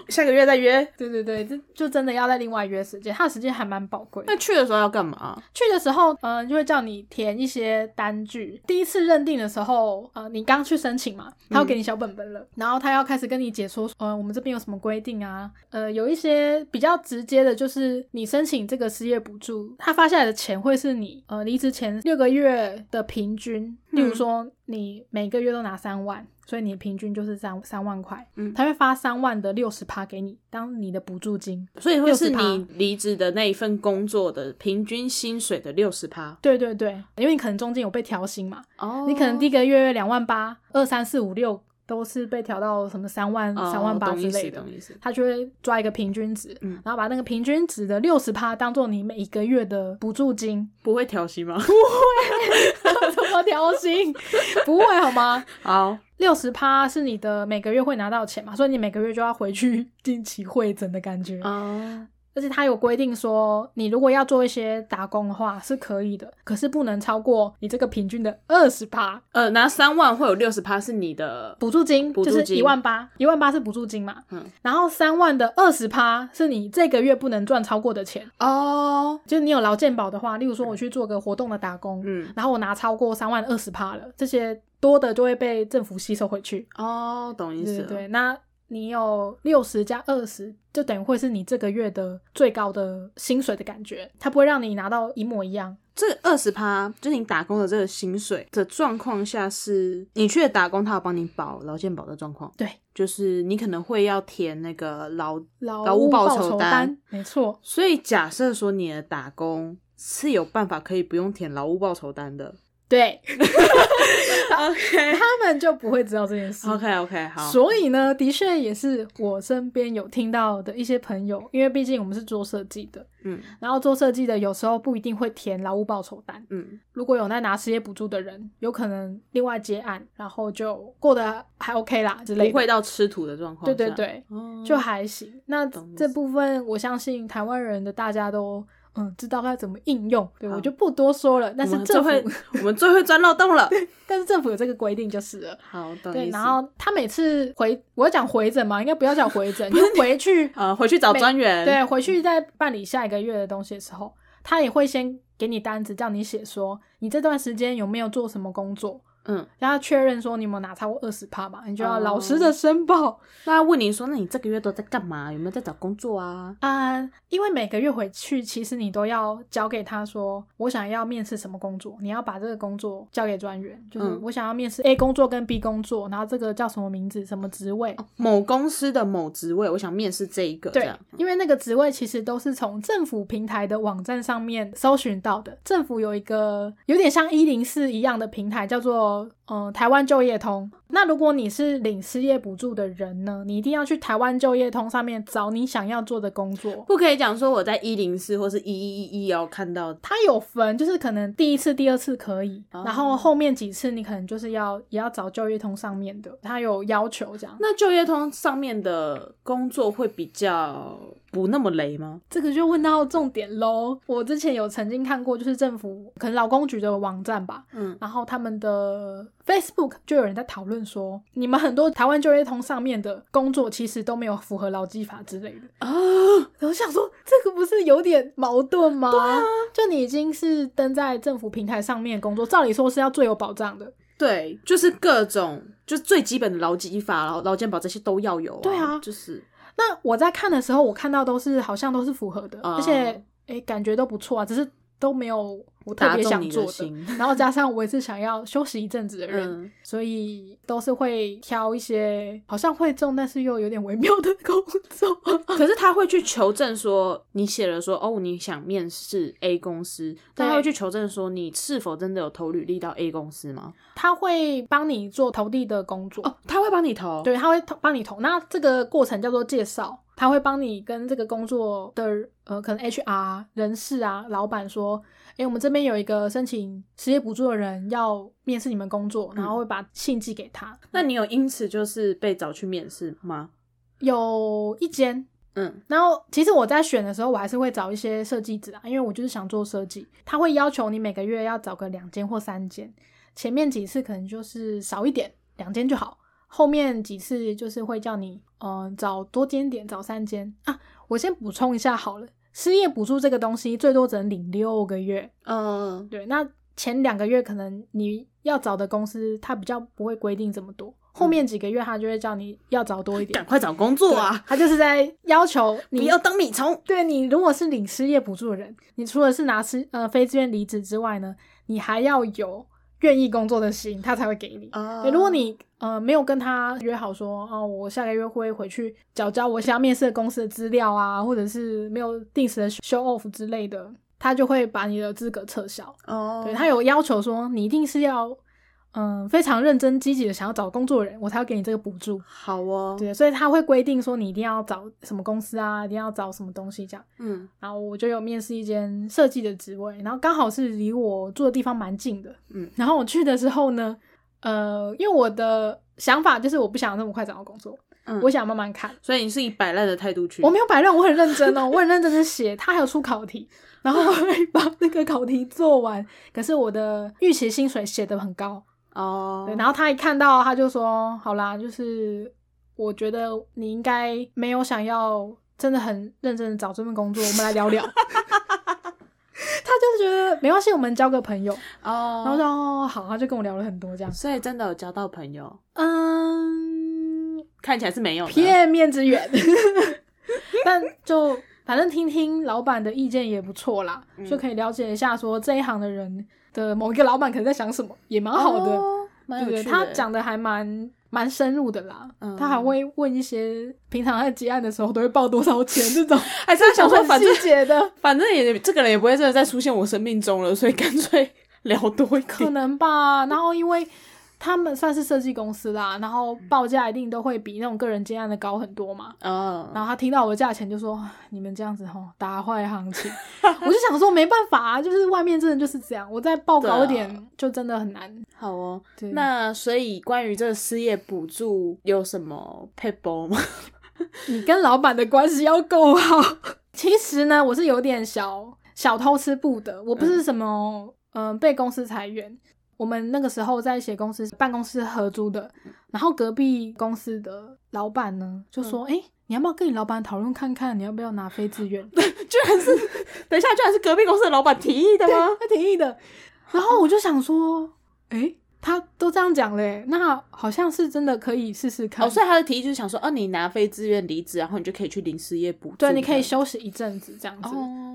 Speaker 2: 下个月再约。
Speaker 1: 对对对，这就真的要再另外约时间，他的时间还蛮宝贵的。
Speaker 2: 那去的时候要干嘛？
Speaker 1: 去的时候，嗯、就会叫你填一些单据。第一次认定的时候，呃，你刚去申请嘛，他要给你小本本了，然后他要开始跟你解说，呃，我们这边有什么规定啊？呃，有一些比较直接的，就是你申请这个失业补助，他发下来的钱会是你呃离职前六个月的平均，例如说你每个月都拿三万。所以你平均就是三三万块，
Speaker 2: 嗯
Speaker 1: 他会发三万的六十趴给你当你的补助金，
Speaker 2: 所以会是
Speaker 1: 60%
Speaker 2: 你离职的那一份工作的平均薪水的六十趴。
Speaker 1: 对对对，因为你可能中间有被调薪嘛，
Speaker 2: 哦
Speaker 1: 你可能第一个月两万八、二三四五六都是被调到什么三万、
Speaker 2: 哦
Speaker 1: 三万八
Speaker 2: 懂
Speaker 1: 之
Speaker 2: 意思
Speaker 1: 类的
Speaker 2: 懂，意思。
Speaker 1: 他就会抓一个平均值，
Speaker 2: 嗯，
Speaker 1: 然后把那个平均值的六十趴当做你每一个月的补助金 *laughs*
Speaker 2: 不会调薪吗？ *laughs*
Speaker 1: 怎么调薪？不会好吗？
Speaker 2: 好，
Speaker 1: 六十趴是你的每个月会拿到钱嘛，所以你每个月就要回去 *laughs* 定期会诊的感觉。
Speaker 2: 哦，
Speaker 1: 而且他有规定说，你如果要做一些打工的话是可以的，可是不能超过你这个平均的二十趴。
Speaker 2: 呃，拿三万会有六十趴是你的
Speaker 1: 补助金
Speaker 2: 补助
Speaker 1: 就是
Speaker 2: 金
Speaker 1: 一万八，一万八是补助金嘛，
Speaker 2: 嗯
Speaker 1: 然后三万的二十趴是你这个月不能赚超过的钱，
Speaker 2: 哦，
Speaker 1: 就是你有劳健保的话，例如说我去做个活动的打工，
Speaker 2: 嗯，
Speaker 1: 然后我拿超过三万二十趴了，这些多的就会被政府吸收回去。
Speaker 2: 哦，懂意
Speaker 1: 对对
Speaker 2: 思了。
Speaker 1: 对，那你有六十加二十，就等于会是你这个月的最高的薪水的感觉，它不会让你拿到一模一样。
Speaker 2: 这二十趴就是你打工的这个薪水的状况下是，你去打工，他有帮你保劳健保的状况，
Speaker 1: 对，
Speaker 2: 就是你可能会要填那个劳，
Speaker 1: 劳
Speaker 2: 劳务
Speaker 1: 报
Speaker 2: 报酬
Speaker 1: 酬
Speaker 2: 单
Speaker 1: 没错，
Speaker 2: 所以假设说你的打工是有办法可以不用填劳务报酬单的。
Speaker 1: 对
Speaker 2: OK
Speaker 1: 他们就不会知道这件事。
Speaker 2: *laughs* OK OK 好，
Speaker 1: 所以呢，的确也是我身边有听到的一些朋友，因为毕竟我们是做设计的，
Speaker 2: 嗯
Speaker 1: 然后做设计的有时候不一定会填劳务报酬单。
Speaker 2: 嗯，
Speaker 1: 如果有在拿失业补助的人，有可能另外接案，然后就过得还 OK 啦之类的。
Speaker 2: 不会到吃土的状况
Speaker 1: 对
Speaker 2: 下，
Speaker 1: 对对，
Speaker 2: 哦，
Speaker 1: 就还行。那
Speaker 2: 懂意
Speaker 1: 这
Speaker 2: 思
Speaker 1: 部分我相信台湾人的大家都嗯知道该怎么应用，对我
Speaker 2: 好
Speaker 1: 就不多说了。但
Speaker 2: 我
Speaker 1: 是
Speaker 2: 们最
Speaker 1: 政
Speaker 2: 会 *laughs*
Speaker 1: 府， *laughs*
Speaker 2: 我们最会钻漏 *laughs* 洞了。
Speaker 1: 但是政府有这个规定就是了。
Speaker 2: 好，懂意
Speaker 1: 对，
Speaker 2: 思。
Speaker 1: 然后他每次回，我要讲回诊嘛，应该不要讲回
Speaker 2: *laughs*
Speaker 1: 诊，就回去
Speaker 2: 呃，回去嗯找
Speaker 1: 每
Speaker 2: 专员，
Speaker 1: 对，回去在办理下一个月的东西的时候，他也会先给你单子，叫你写说你这段时间有没有做什么工作，
Speaker 2: 嗯，
Speaker 1: 然后确认说你有没有拿超过二十趴嘛，你就要老实
Speaker 2: 哦
Speaker 1: 的申报
Speaker 2: 那他问你说，那你这个月都在干嘛？有没有在找工作啊？
Speaker 1: 啊、因为每个月回去，其实你都要交给他说我想要面试什么工作，你要把这个工作交给专员，就是
Speaker 2: 嗯
Speaker 1: 我想要面试 A 工作跟 B 工作，然后这个叫什么名字，什么职位。
Speaker 2: 哦某公司的某职位，我想面试这一个，这
Speaker 1: 对
Speaker 2: 样，
Speaker 1: 因为那个职位其实都是从政府平台的网站上面搜寻到的。政府有一个有点像一零四一样的平台，叫做嗯、呃台湾就业通。那如果你是领失业补助的人呢，你一定要去台湾就业通上面找你想要做的工作。
Speaker 2: 不可以讲说我在一零四或是一一一一要看到
Speaker 1: 它有分，就是可能第一次、第二次可以，
Speaker 2: 哦
Speaker 1: 然后后面几次你可能就是要也要找就业通上面的，它有要求这样。
Speaker 2: 那就业通上面的工作会比较不那么雷吗？
Speaker 1: 这个就问到重点喽。我之前有曾经看过，就是政府可能劳工局的网站吧，
Speaker 2: 嗯，
Speaker 1: 然后他们的 Facebook 就有人在讨论说，你们很多台湾就业通上面的工作其实都没有符合劳基法之类的。
Speaker 2: 啊，
Speaker 1: 然后想说，这个不是有点矛盾吗？对啊，就你已经是登在政府平台上面工作，照理说是要最有保障的。
Speaker 2: 对，就是各种，就是最基本的劳基法、劳劳健保这些都要有、啊。
Speaker 1: 对啊
Speaker 2: 就是
Speaker 1: 那我在看的时候，我看到都是好像都是符合的，
Speaker 2: 哦
Speaker 1: 而且诶感觉都不错啊，只是都没有我特
Speaker 2: 打
Speaker 1: 别
Speaker 2: 中
Speaker 1: 想
Speaker 2: 你
Speaker 1: 做
Speaker 2: 的
Speaker 1: 的。
Speaker 2: *laughs* 心。
Speaker 1: 然后加上我也是想要休息一阵子的人，
Speaker 2: 嗯，
Speaker 1: 所以都是会挑一些好像会中，但是又有点微妙的工作。 *laughs*
Speaker 2: 可是他会去求证说，你写了说哦，你想面试 A 公司，但他会去求证说，你是否真的有投履历到 A 公司吗？
Speaker 1: 他会帮你做投递的工作，
Speaker 2: 哦，他会帮你投，，
Speaker 1: 对，他会投帮你投。那这个过程叫做介绍，他会帮你跟这个工作的呃，可能 HR 人事啊，老板说，诶，我们这边有一个申请失业补助的人要面试你们工作，然后会把信寄给他。
Speaker 2: 那你有因此就是被找去面试吗？
Speaker 1: 有一间
Speaker 2: 嗯，
Speaker 1: 然后其实我在选的时候，我还是会找一些设计者啊，因为我就是想做设计。他会要求你每个月要找个两间或三间，前面几次可能就是少一点，两间就好。后面几次就是会叫你，嗯、找多间点，找三间啊。我先补充一下好了，失业补助这个东西最多只能领六个月，
Speaker 2: 嗯，
Speaker 1: 对，那前两个月可能你要找的公司它比较不会规定这么多，后
Speaker 2: 嗯
Speaker 1: 面几个月他就会叫你要找多一点
Speaker 2: *laughs* 赶。快找工作
Speaker 1: 对
Speaker 2: 啊！
Speaker 1: 他就是在要求
Speaker 2: 不
Speaker 1: 你
Speaker 2: 要当米虫。
Speaker 1: 对你，如果是领失业补助的人，你除了是拿失呃非自愿离职之外呢，你还要有愿意工作的心，他才会给你。
Speaker 2: 啊
Speaker 1: 对，如果你呃没有跟他约好说，哦，我下个月会回去缴交我想要面试的公司的资料啊，或者是没有定时的 show off 之类的，他就会把你的资格撤销。
Speaker 2: 哦
Speaker 1: 对他有要求说，你一定是要嗯、非常认真积极的想要找工作的人，我才会给你这个补助。
Speaker 2: 好哦，，
Speaker 1: 对，所以他会规定说你一定要找什么公司啊，一定要找什么东西这样。
Speaker 2: 嗯
Speaker 1: 然后我就有面试一间设计的职位，然后刚好是离我住的地方蛮近的，
Speaker 2: 嗯，
Speaker 1: 然后我去的时候呢，呃，因为我的想法就是我不想那么快找到工作，
Speaker 2: 嗯
Speaker 1: 我想慢慢看，
Speaker 2: 所以你是以摆烂的态度去，
Speaker 1: 我没有摆烂，我很认真哦，我很认真的写，他还有出考题，然后我会 *laughs* 把那个考题做完，可是我的预期薪水写的很高，
Speaker 2: 哦，
Speaker 1: 对，然后他一看到他就说：“好啦，就是我觉得你应该没有想要真的很认真的找这份工作，我们来聊
Speaker 2: *laughs*
Speaker 1: 聊。”他就是觉得没关系，我们交个朋友。然后
Speaker 2: 哦，
Speaker 1: 说：“哦，好。”他就跟我聊了很多这样。
Speaker 2: 所以真的有交到朋友，
Speaker 1: 嗯，
Speaker 2: 看起来是没有的，
Speaker 1: 片面之缘， *laughs* 但就反正听听老板的意见也不错啦，
Speaker 2: 嗯
Speaker 1: 就可以了解一下说这一行的人的某一个老板可能在想什么，也蛮好的。
Speaker 2: 哦，蛮有
Speaker 1: 对对，
Speaker 2: 趣的。
Speaker 1: 他讲的还欸蛮蛮深入的啦。
Speaker 2: 嗯
Speaker 1: 他还会问一些平常在结案的时候都会报多少钱这 *laughs* 种
Speaker 2: 还是他哎想说，
Speaker 1: 很
Speaker 2: 反正
Speaker 1: 细节的，
Speaker 2: 反正也这个人也不会真的再出现我生命中了，所以干脆聊多一
Speaker 1: *laughs* 可
Speaker 2: 点。
Speaker 1: 能吧。然后因为他们算是设计公司啦，然后报价一定都会比那种个人结案的高很多嘛。
Speaker 2: 嗯，
Speaker 1: 然后他听到我的价钱就说：“唉你们这样子吼，打坏行 *laughs* 情。”我就想说没办法啊，就是外面真的就是这样，我再报高一点、
Speaker 2: 对啊
Speaker 1: 就真的很难。
Speaker 2: 好哦。
Speaker 1: 对，
Speaker 2: 那所以关于这个失业补助有什么 p a p e 吗？ *laughs*
Speaker 1: 你跟老板的关系要够好。其实呢，我是有点小小偷吃布的，我不是什么嗯、呃被公司裁员。我们那个时候在写公司办公室合租的，然后隔壁公司的老板呢就说：“
Speaker 2: 嗯
Speaker 1: 哎、你要不要跟你老板讨论看看，你要不要拿非自
Speaker 2: *laughs*
Speaker 1: 愿
Speaker 2: 居然是， *laughs* 等一下，居然是隔壁公司的老板提议的吗？
Speaker 1: 他提议的。然后我就想说，诶、他都这样讲嘞，那好像是真的可以试试看。
Speaker 2: 哦，所以他的提议就是想说，哦，你拿非自愿离职，然后你就可以去领失业补助。
Speaker 1: 对，你可以休息一阵子这样子。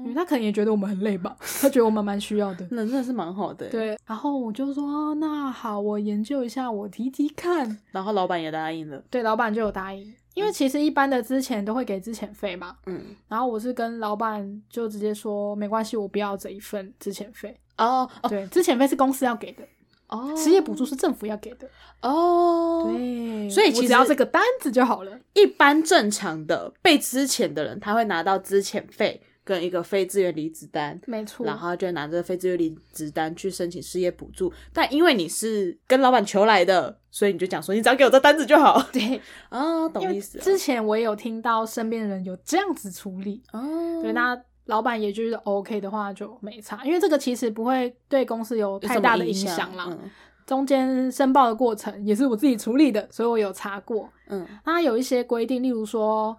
Speaker 1: 因为
Speaker 2: 哦，
Speaker 1: 他可能也觉得我们很累吧，他觉得我们蛮需要的。
Speaker 2: 那真的是蛮好的。，
Speaker 1: 对，然后我就说哦那好，我研究一下，我提提看。
Speaker 2: 然后老板也答应了。
Speaker 1: 对，老板就有答应，因为其实一般的之前都会给之前费嘛，
Speaker 2: 嗯，
Speaker 1: 然后我是跟老板就直接说没关系，我不要这一份之前费。
Speaker 2: 哦哦
Speaker 1: 对，之前费是公司要给的，
Speaker 2: 哦，
Speaker 1: 失业补助是政府要给的。
Speaker 2: 哦，
Speaker 1: 对，
Speaker 2: 所以
Speaker 1: 我
Speaker 2: 其
Speaker 1: 只要
Speaker 2: 实
Speaker 1: 这个单子就好了。
Speaker 2: 一般正常的被支遣的人，他会拿到支遣费跟一个非自愿离职单，
Speaker 1: 没错，
Speaker 2: 然后他就拿这个非自愿离职单去申请失业补助。但因为你是跟老板求来的，所以你就讲说，你只要给我这单子就好。
Speaker 1: 对，
Speaker 2: 啊、
Speaker 1: *laughs* 因
Speaker 2: 懂
Speaker 1: 为
Speaker 2: 意思了。
Speaker 1: 之前我也有听到身边的人有这样子处理，
Speaker 2: 哦，
Speaker 1: 对，那老板也就是 OK 的话就没差，因为这个其实不会对公司有
Speaker 2: 有
Speaker 1: 太
Speaker 2: 什么
Speaker 1: 大的影
Speaker 2: 影
Speaker 1: 响啦。
Speaker 2: 嗯
Speaker 1: 中间申报的过程也是我自己处理的，所以我有查过。
Speaker 2: 嗯
Speaker 1: 那有一些规定，例如说，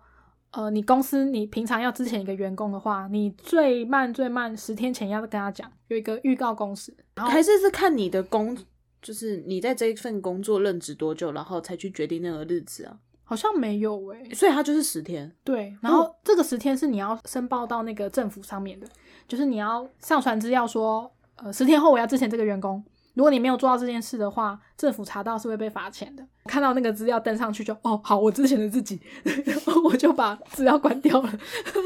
Speaker 1: 呃，你公司你平常要之前一个员工的话，你最慢最慢十天前要跟他讲有一个预告公示，然后
Speaker 2: 还是是看你的工，就是你在这一份工作任职多久，然后才去决定那个日子啊。
Speaker 1: 好像没有欸诶、
Speaker 2: 所以它就是十天。
Speaker 1: 对，然后这个十天是你要申报到那个政府上面的，就是你要上传资料说，呃，十天后我要之前这个员工。如果你没有做到这件事的话，政府查到是会被罚钱的。看到那个资料登上去就哦，好，我之前的自己， *laughs* 然后我就把资料关掉了。 *laughs*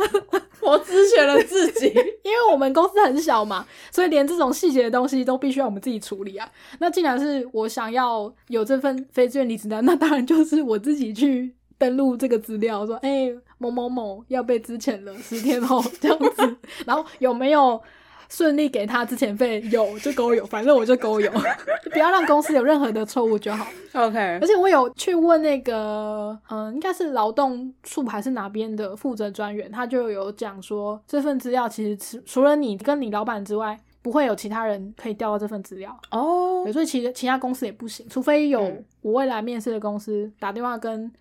Speaker 2: 我只选了自己，
Speaker 1: 因为我们公司很小嘛，所以连这种细节的东西都必须要我们自己处理啊。那既然是我想要有这份非自愿离职单，那当然就是我自己去登录这个资料，说哎、某某某要被资遣了，十天后这样子，然后有没有？顺利给他之前费有就给我有，反正我就给我有， *laughs* 不要让公司有任何的错误就好。
Speaker 2: *laughs* OK，
Speaker 1: 而且我有去问那个，嗯，应该是劳动处还是哪边的负责专员，他就有讲说，这份资料其实除除了你跟你老板之外，不会有其他人可以调到这份资料。
Speaker 2: 哦
Speaker 1: 对，所以其其他公司也不行，除非有
Speaker 2: 嗯
Speaker 1: 我未来面试的公司打电话跟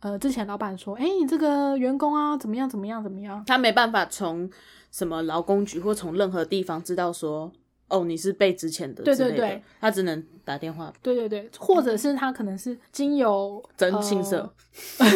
Speaker 1: 呃之前老板说，哎、你这个员工啊，怎么样怎么样怎么样。
Speaker 2: 他没办法从什么劳工局或从任何地方知道说，哦，你是被之前的
Speaker 1: 对
Speaker 2: 之
Speaker 1: 对
Speaker 2: 类
Speaker 1: 对
Speaker 2: 的，他只能打电话
Speaker 1: 对对对，或者是他可能是经由
Speaker 2: 嗯征信社
Speaker 1: 呃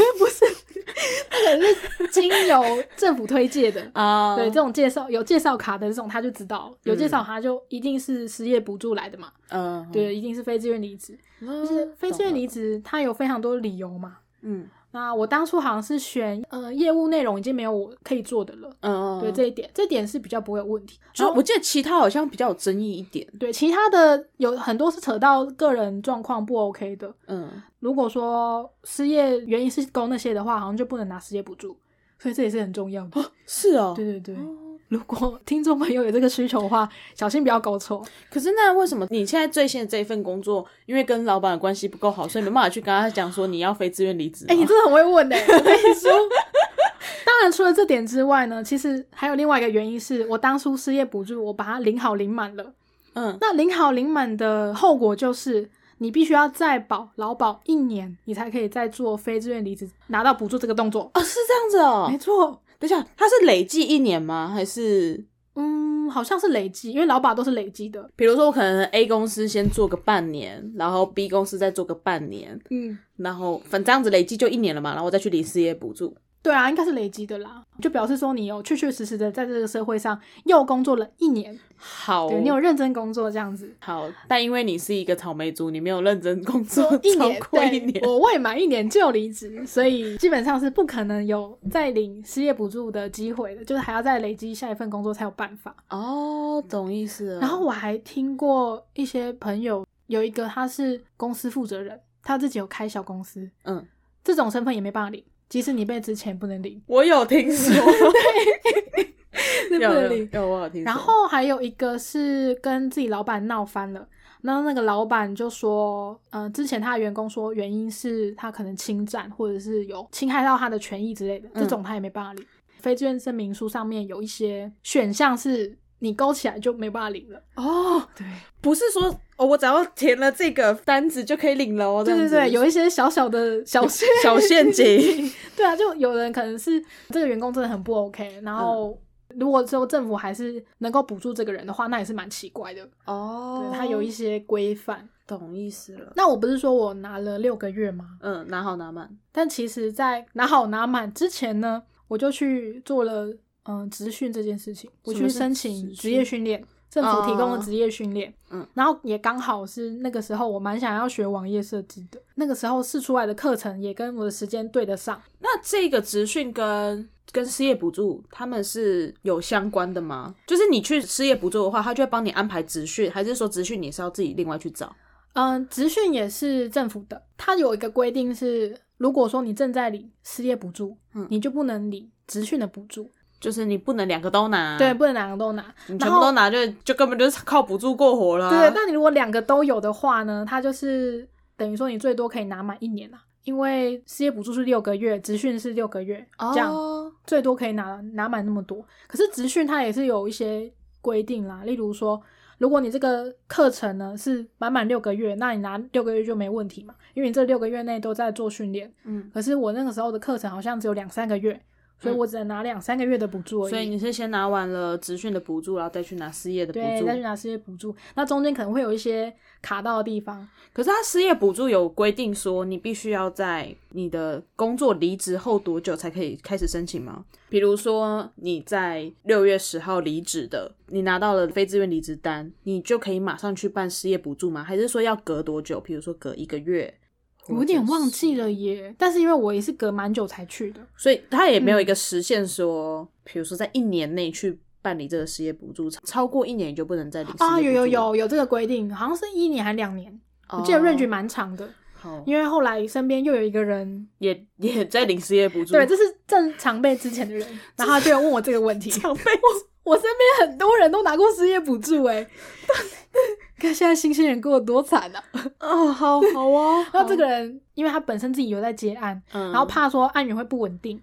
Speaker 1: 经由政府推荐的，
Speaker 2: 啊
Speaker 1: 对，这种介绍有介绍卡的这种，他就知道有介绍卡就一定是失业补助来的嘛，
Speaker 2: 嗯，
Speaker 1: 对，一定是非自愿离职。
Speaker 2: 嗯，
Speaker 1: 就是非自愿
Speaker 2: 懂了，
Speaker 1: 离职，它有非常多理由嘛。
Speaker 2: 嗯
Speaker 1: 那我当初好像是选呃业务内容已经没有我可以做的了，
Speaker 2: 嗯，
Speaker 1: 对
Speaker 2: 嗯
Speaker 1: 这一点，这点是比较不会有问题。
Speaker 2: 就
Speaker 1: 然后
Speaker 2: 我记得其他好像比较有争议一点，
Speaker 1: 对其他的有很多是扯到个人状况不 OK 的。
Speaker 2: 嗯，
Speaker 1: 如果说失业原因是勾那些的话，好像就不能拿失业补助，所以这也是很重要的。
Speaker 2: 是哦，
Speaker 1: 对对对，
Speaker 2: 哦
Speaker 1: 如果听众朋友有这个需求的话，小心不要搞错。
Speaker 2: 可是那为什么你现在最新的这一份工作，因为跟老板的关系不够好，所以没办法去跟他讲说你要非自愿离职吗？
Speaker 1: *laughs* 哎、你真的很会问哎、 *laughs* 我跟你说。当然，除了这点之外呢，其实还有另外一个原因是，我当初失业补助，我把它领好领满了。
Speaker 2: 嗯
Speaker 1: 那领好领满的后果就是，你必须要再保劳保一年，你才可以再做非自愿离职拿到补助这个动作。
Speaker 2: 哦是这样子哦
Speaker 1: 没，错，
Speaker 2: 等一下他是累计一年吗？还是
Speaker 1: 嗯，好像是累积，因为劳保都是累积的。
Speaker 2: 比如说我可能 A 公司先做个半年，然后 B 公司再做个半年，
Speaker 1: 嗯，
Speaker 2: 然后反正这样子累计就一年了嘛，然后我再去领失业补助。
Speaker 1: 对啊，应该是累积的啦，就表示说你有确确实实的在这个社会上又工作了一年，
Speaker 2: 好，
Speaker 1: 对你有认真工作这样子。
Speaker 2: 好，但因为你是一个草莓族，你没有认真工作
Speaker 1: 一
Speaker 2: 超
Speaker 1: 年，
Speaker 2: 过
Speaker 1: 对
Speaker 2: 一年，
Speaker 1: 我未满一年就离职，所以基本上是不可能有再领失业补助的机会的，就是还要再累积下一份工作才有办法。嗯
Speaker 2: 哦，懂意思了。
Speaker 1: 然后我还听过一些朋友有一个他是公司负责人，他自己有开小公司，
Speaker 2: 嗯，
Speaker 1: 这种身份也没办法领，即使你被之前不能 *laughs* 领，
Speaker 2: 我有听说，
Speaker 1: *laughs* 不
Speaker 2: 有
Speaker 1: 能
Speaker 2: 有
Speaker 1: 领。
Speaker 2: 有，我有听说。
Speaker 1: 然后还有一个是跟自己老板闹翻了，那那个老板就说，呃，之前他的员工说原因是他可能侵占或者是有侵害到他的权益之类的，
Speaker 2: 嗯
Speaker 1: 这种他也没办法领。非自愿证明书上面有一些选项是你勾起来就没办法领了。
Speaker 2: 哦，
Speaker 1: 对，
Speaker 2: 不是说哦，我只要填了这个单子就可以领了哦，
Speaker 1: 对对对，有
Speaker 2: 一
Speaker 1: 一些小小的小陷
Speaker 2: *laughs* 小陷 *laughs* 阱。
Speaker 1: *laughs* 对啊，就有人可能是这个员工真的很不 OK，然
Speaker 2: 嗯
Speaker 1: 后。如果说政府还是能够补助这个人的话，那也是蛮奇怪的。
Speaker 2: 哦
Speaker 1: 对，他有一些规范。
Speaker 2: 懂意思了。
Speaker 1: 那我不是说我拿了六个月吗？
Speaker 2: 嗯，拿好拿满。
Speaker 1: 但其实，在拿好拿满之前呢，我就去做了嗯职训这件事情，我
Speaker 2: 什
Speaker 1: 去
Speaker 2: 么是
Speaker 1: 申
Speaker 2: 职
Speaker 1: 请
Speaker 2: 训
Speaker 1: 职业训练，政府提供的
Speaker 2: 哦
Speaker 1: 职业训练。
Speaker 2: 嗯，
Speaker 1: 然后也刚好是那个时候，我蛮想要学网页设计的。那个时候试出来的课程也跟我的时间对得上。
Speaker 2: 那这个职训跟跟失业补助他们是有相关的吗？就是你去失业补助的话，他就会帮你安排职训，还是说职训你是要自己另外去找？
Speaker 1: 嗯，职训也是政府的，它有一个规定是，如果说你正在领失业补助，
Speaker 2: 嗯
Speaker 1: 你就不能领职训的补助，
Speaker 2: 就是你不能两个都拿，
Speaker 1: 对，，不能两个都拿。
Speaker 2: 你
Speaker 1: 然
Speaker 2: 全部
Speaker 1: 后
Speaker 2: 都拿就就根本就是靠补助过活了、
Speaker 1: 对，那你如果两个都有的话呢，它就是等于说你最多可以拿满一年啊，因为失业补助是六个月，职训是六个月，这样
Speaker 2: 哦，
Speaker 1: 最多可以拿拿满那么多。可是职训它也是有一些规定啦，例如说，如果你这个课程呢是满满六个月，那你拿六个月就没问题嘛，因为你这六个月内都在做训练。
Speaker 2: 嗯，
Speaker 1: 可是我那个时候的课程好像只有两三个月，所以我只能拿两三个月的补助而已。
Speaker 2: 所以你是先拿完了职训的补助，然后再去拿失业的补
Speaker 1: 对，再去
Speaker 2: 助。
Speaker 1: 拿失业补助，那中间可能会有一些卡到的地方。
Speaker 2: 可是他失业补助有规定说，你必须要在你的工作离职后多久才可以开始申请吗？比如说你在六月十号离职的，你拿到了非自愿离职单，你就可以马上去办失业补助吗？还是说要隔多久？比如说隔一个月？
Speaker 1: 我有点忘
Speaker 2: 了。
Speaker 1: 记了耶，但是因为我也是隔蛮久才去的，
Speaker 2: 所以他也没有一个时限说，比、如说在一年内去办理这个失业补助，超过一年你就不能再领失业
Speaker 1: 啊，有有
Speaker 2: 补助了，
Speaker 1: 有有这个规定，好像是一年还两年，我记得
Speaker 2: 哦
Speaker 1: range 蛮长的。
Speaker 2: 好，
Speaker 1: 因为后来身边又有一个人，
Speaker 2: 也也在领失业补助，
Speaker 1: 对，这是正常被之前的人，然后他就有问我这个问题。
Speaker 2: 长辈
Speaker 1: 我身边很多人都拿过失业补助、欸，哎，看现在新鲜人过得多惨啊！
Speaker 2: 哦，好好
Speaker 1: *laughs*
Speaker 2: 哦
Speaker 1: 然后这个人，因为他本身自己有在接案，
Speaker 2: 嗯
Speaker 1: 然后怕说案源会不稳定，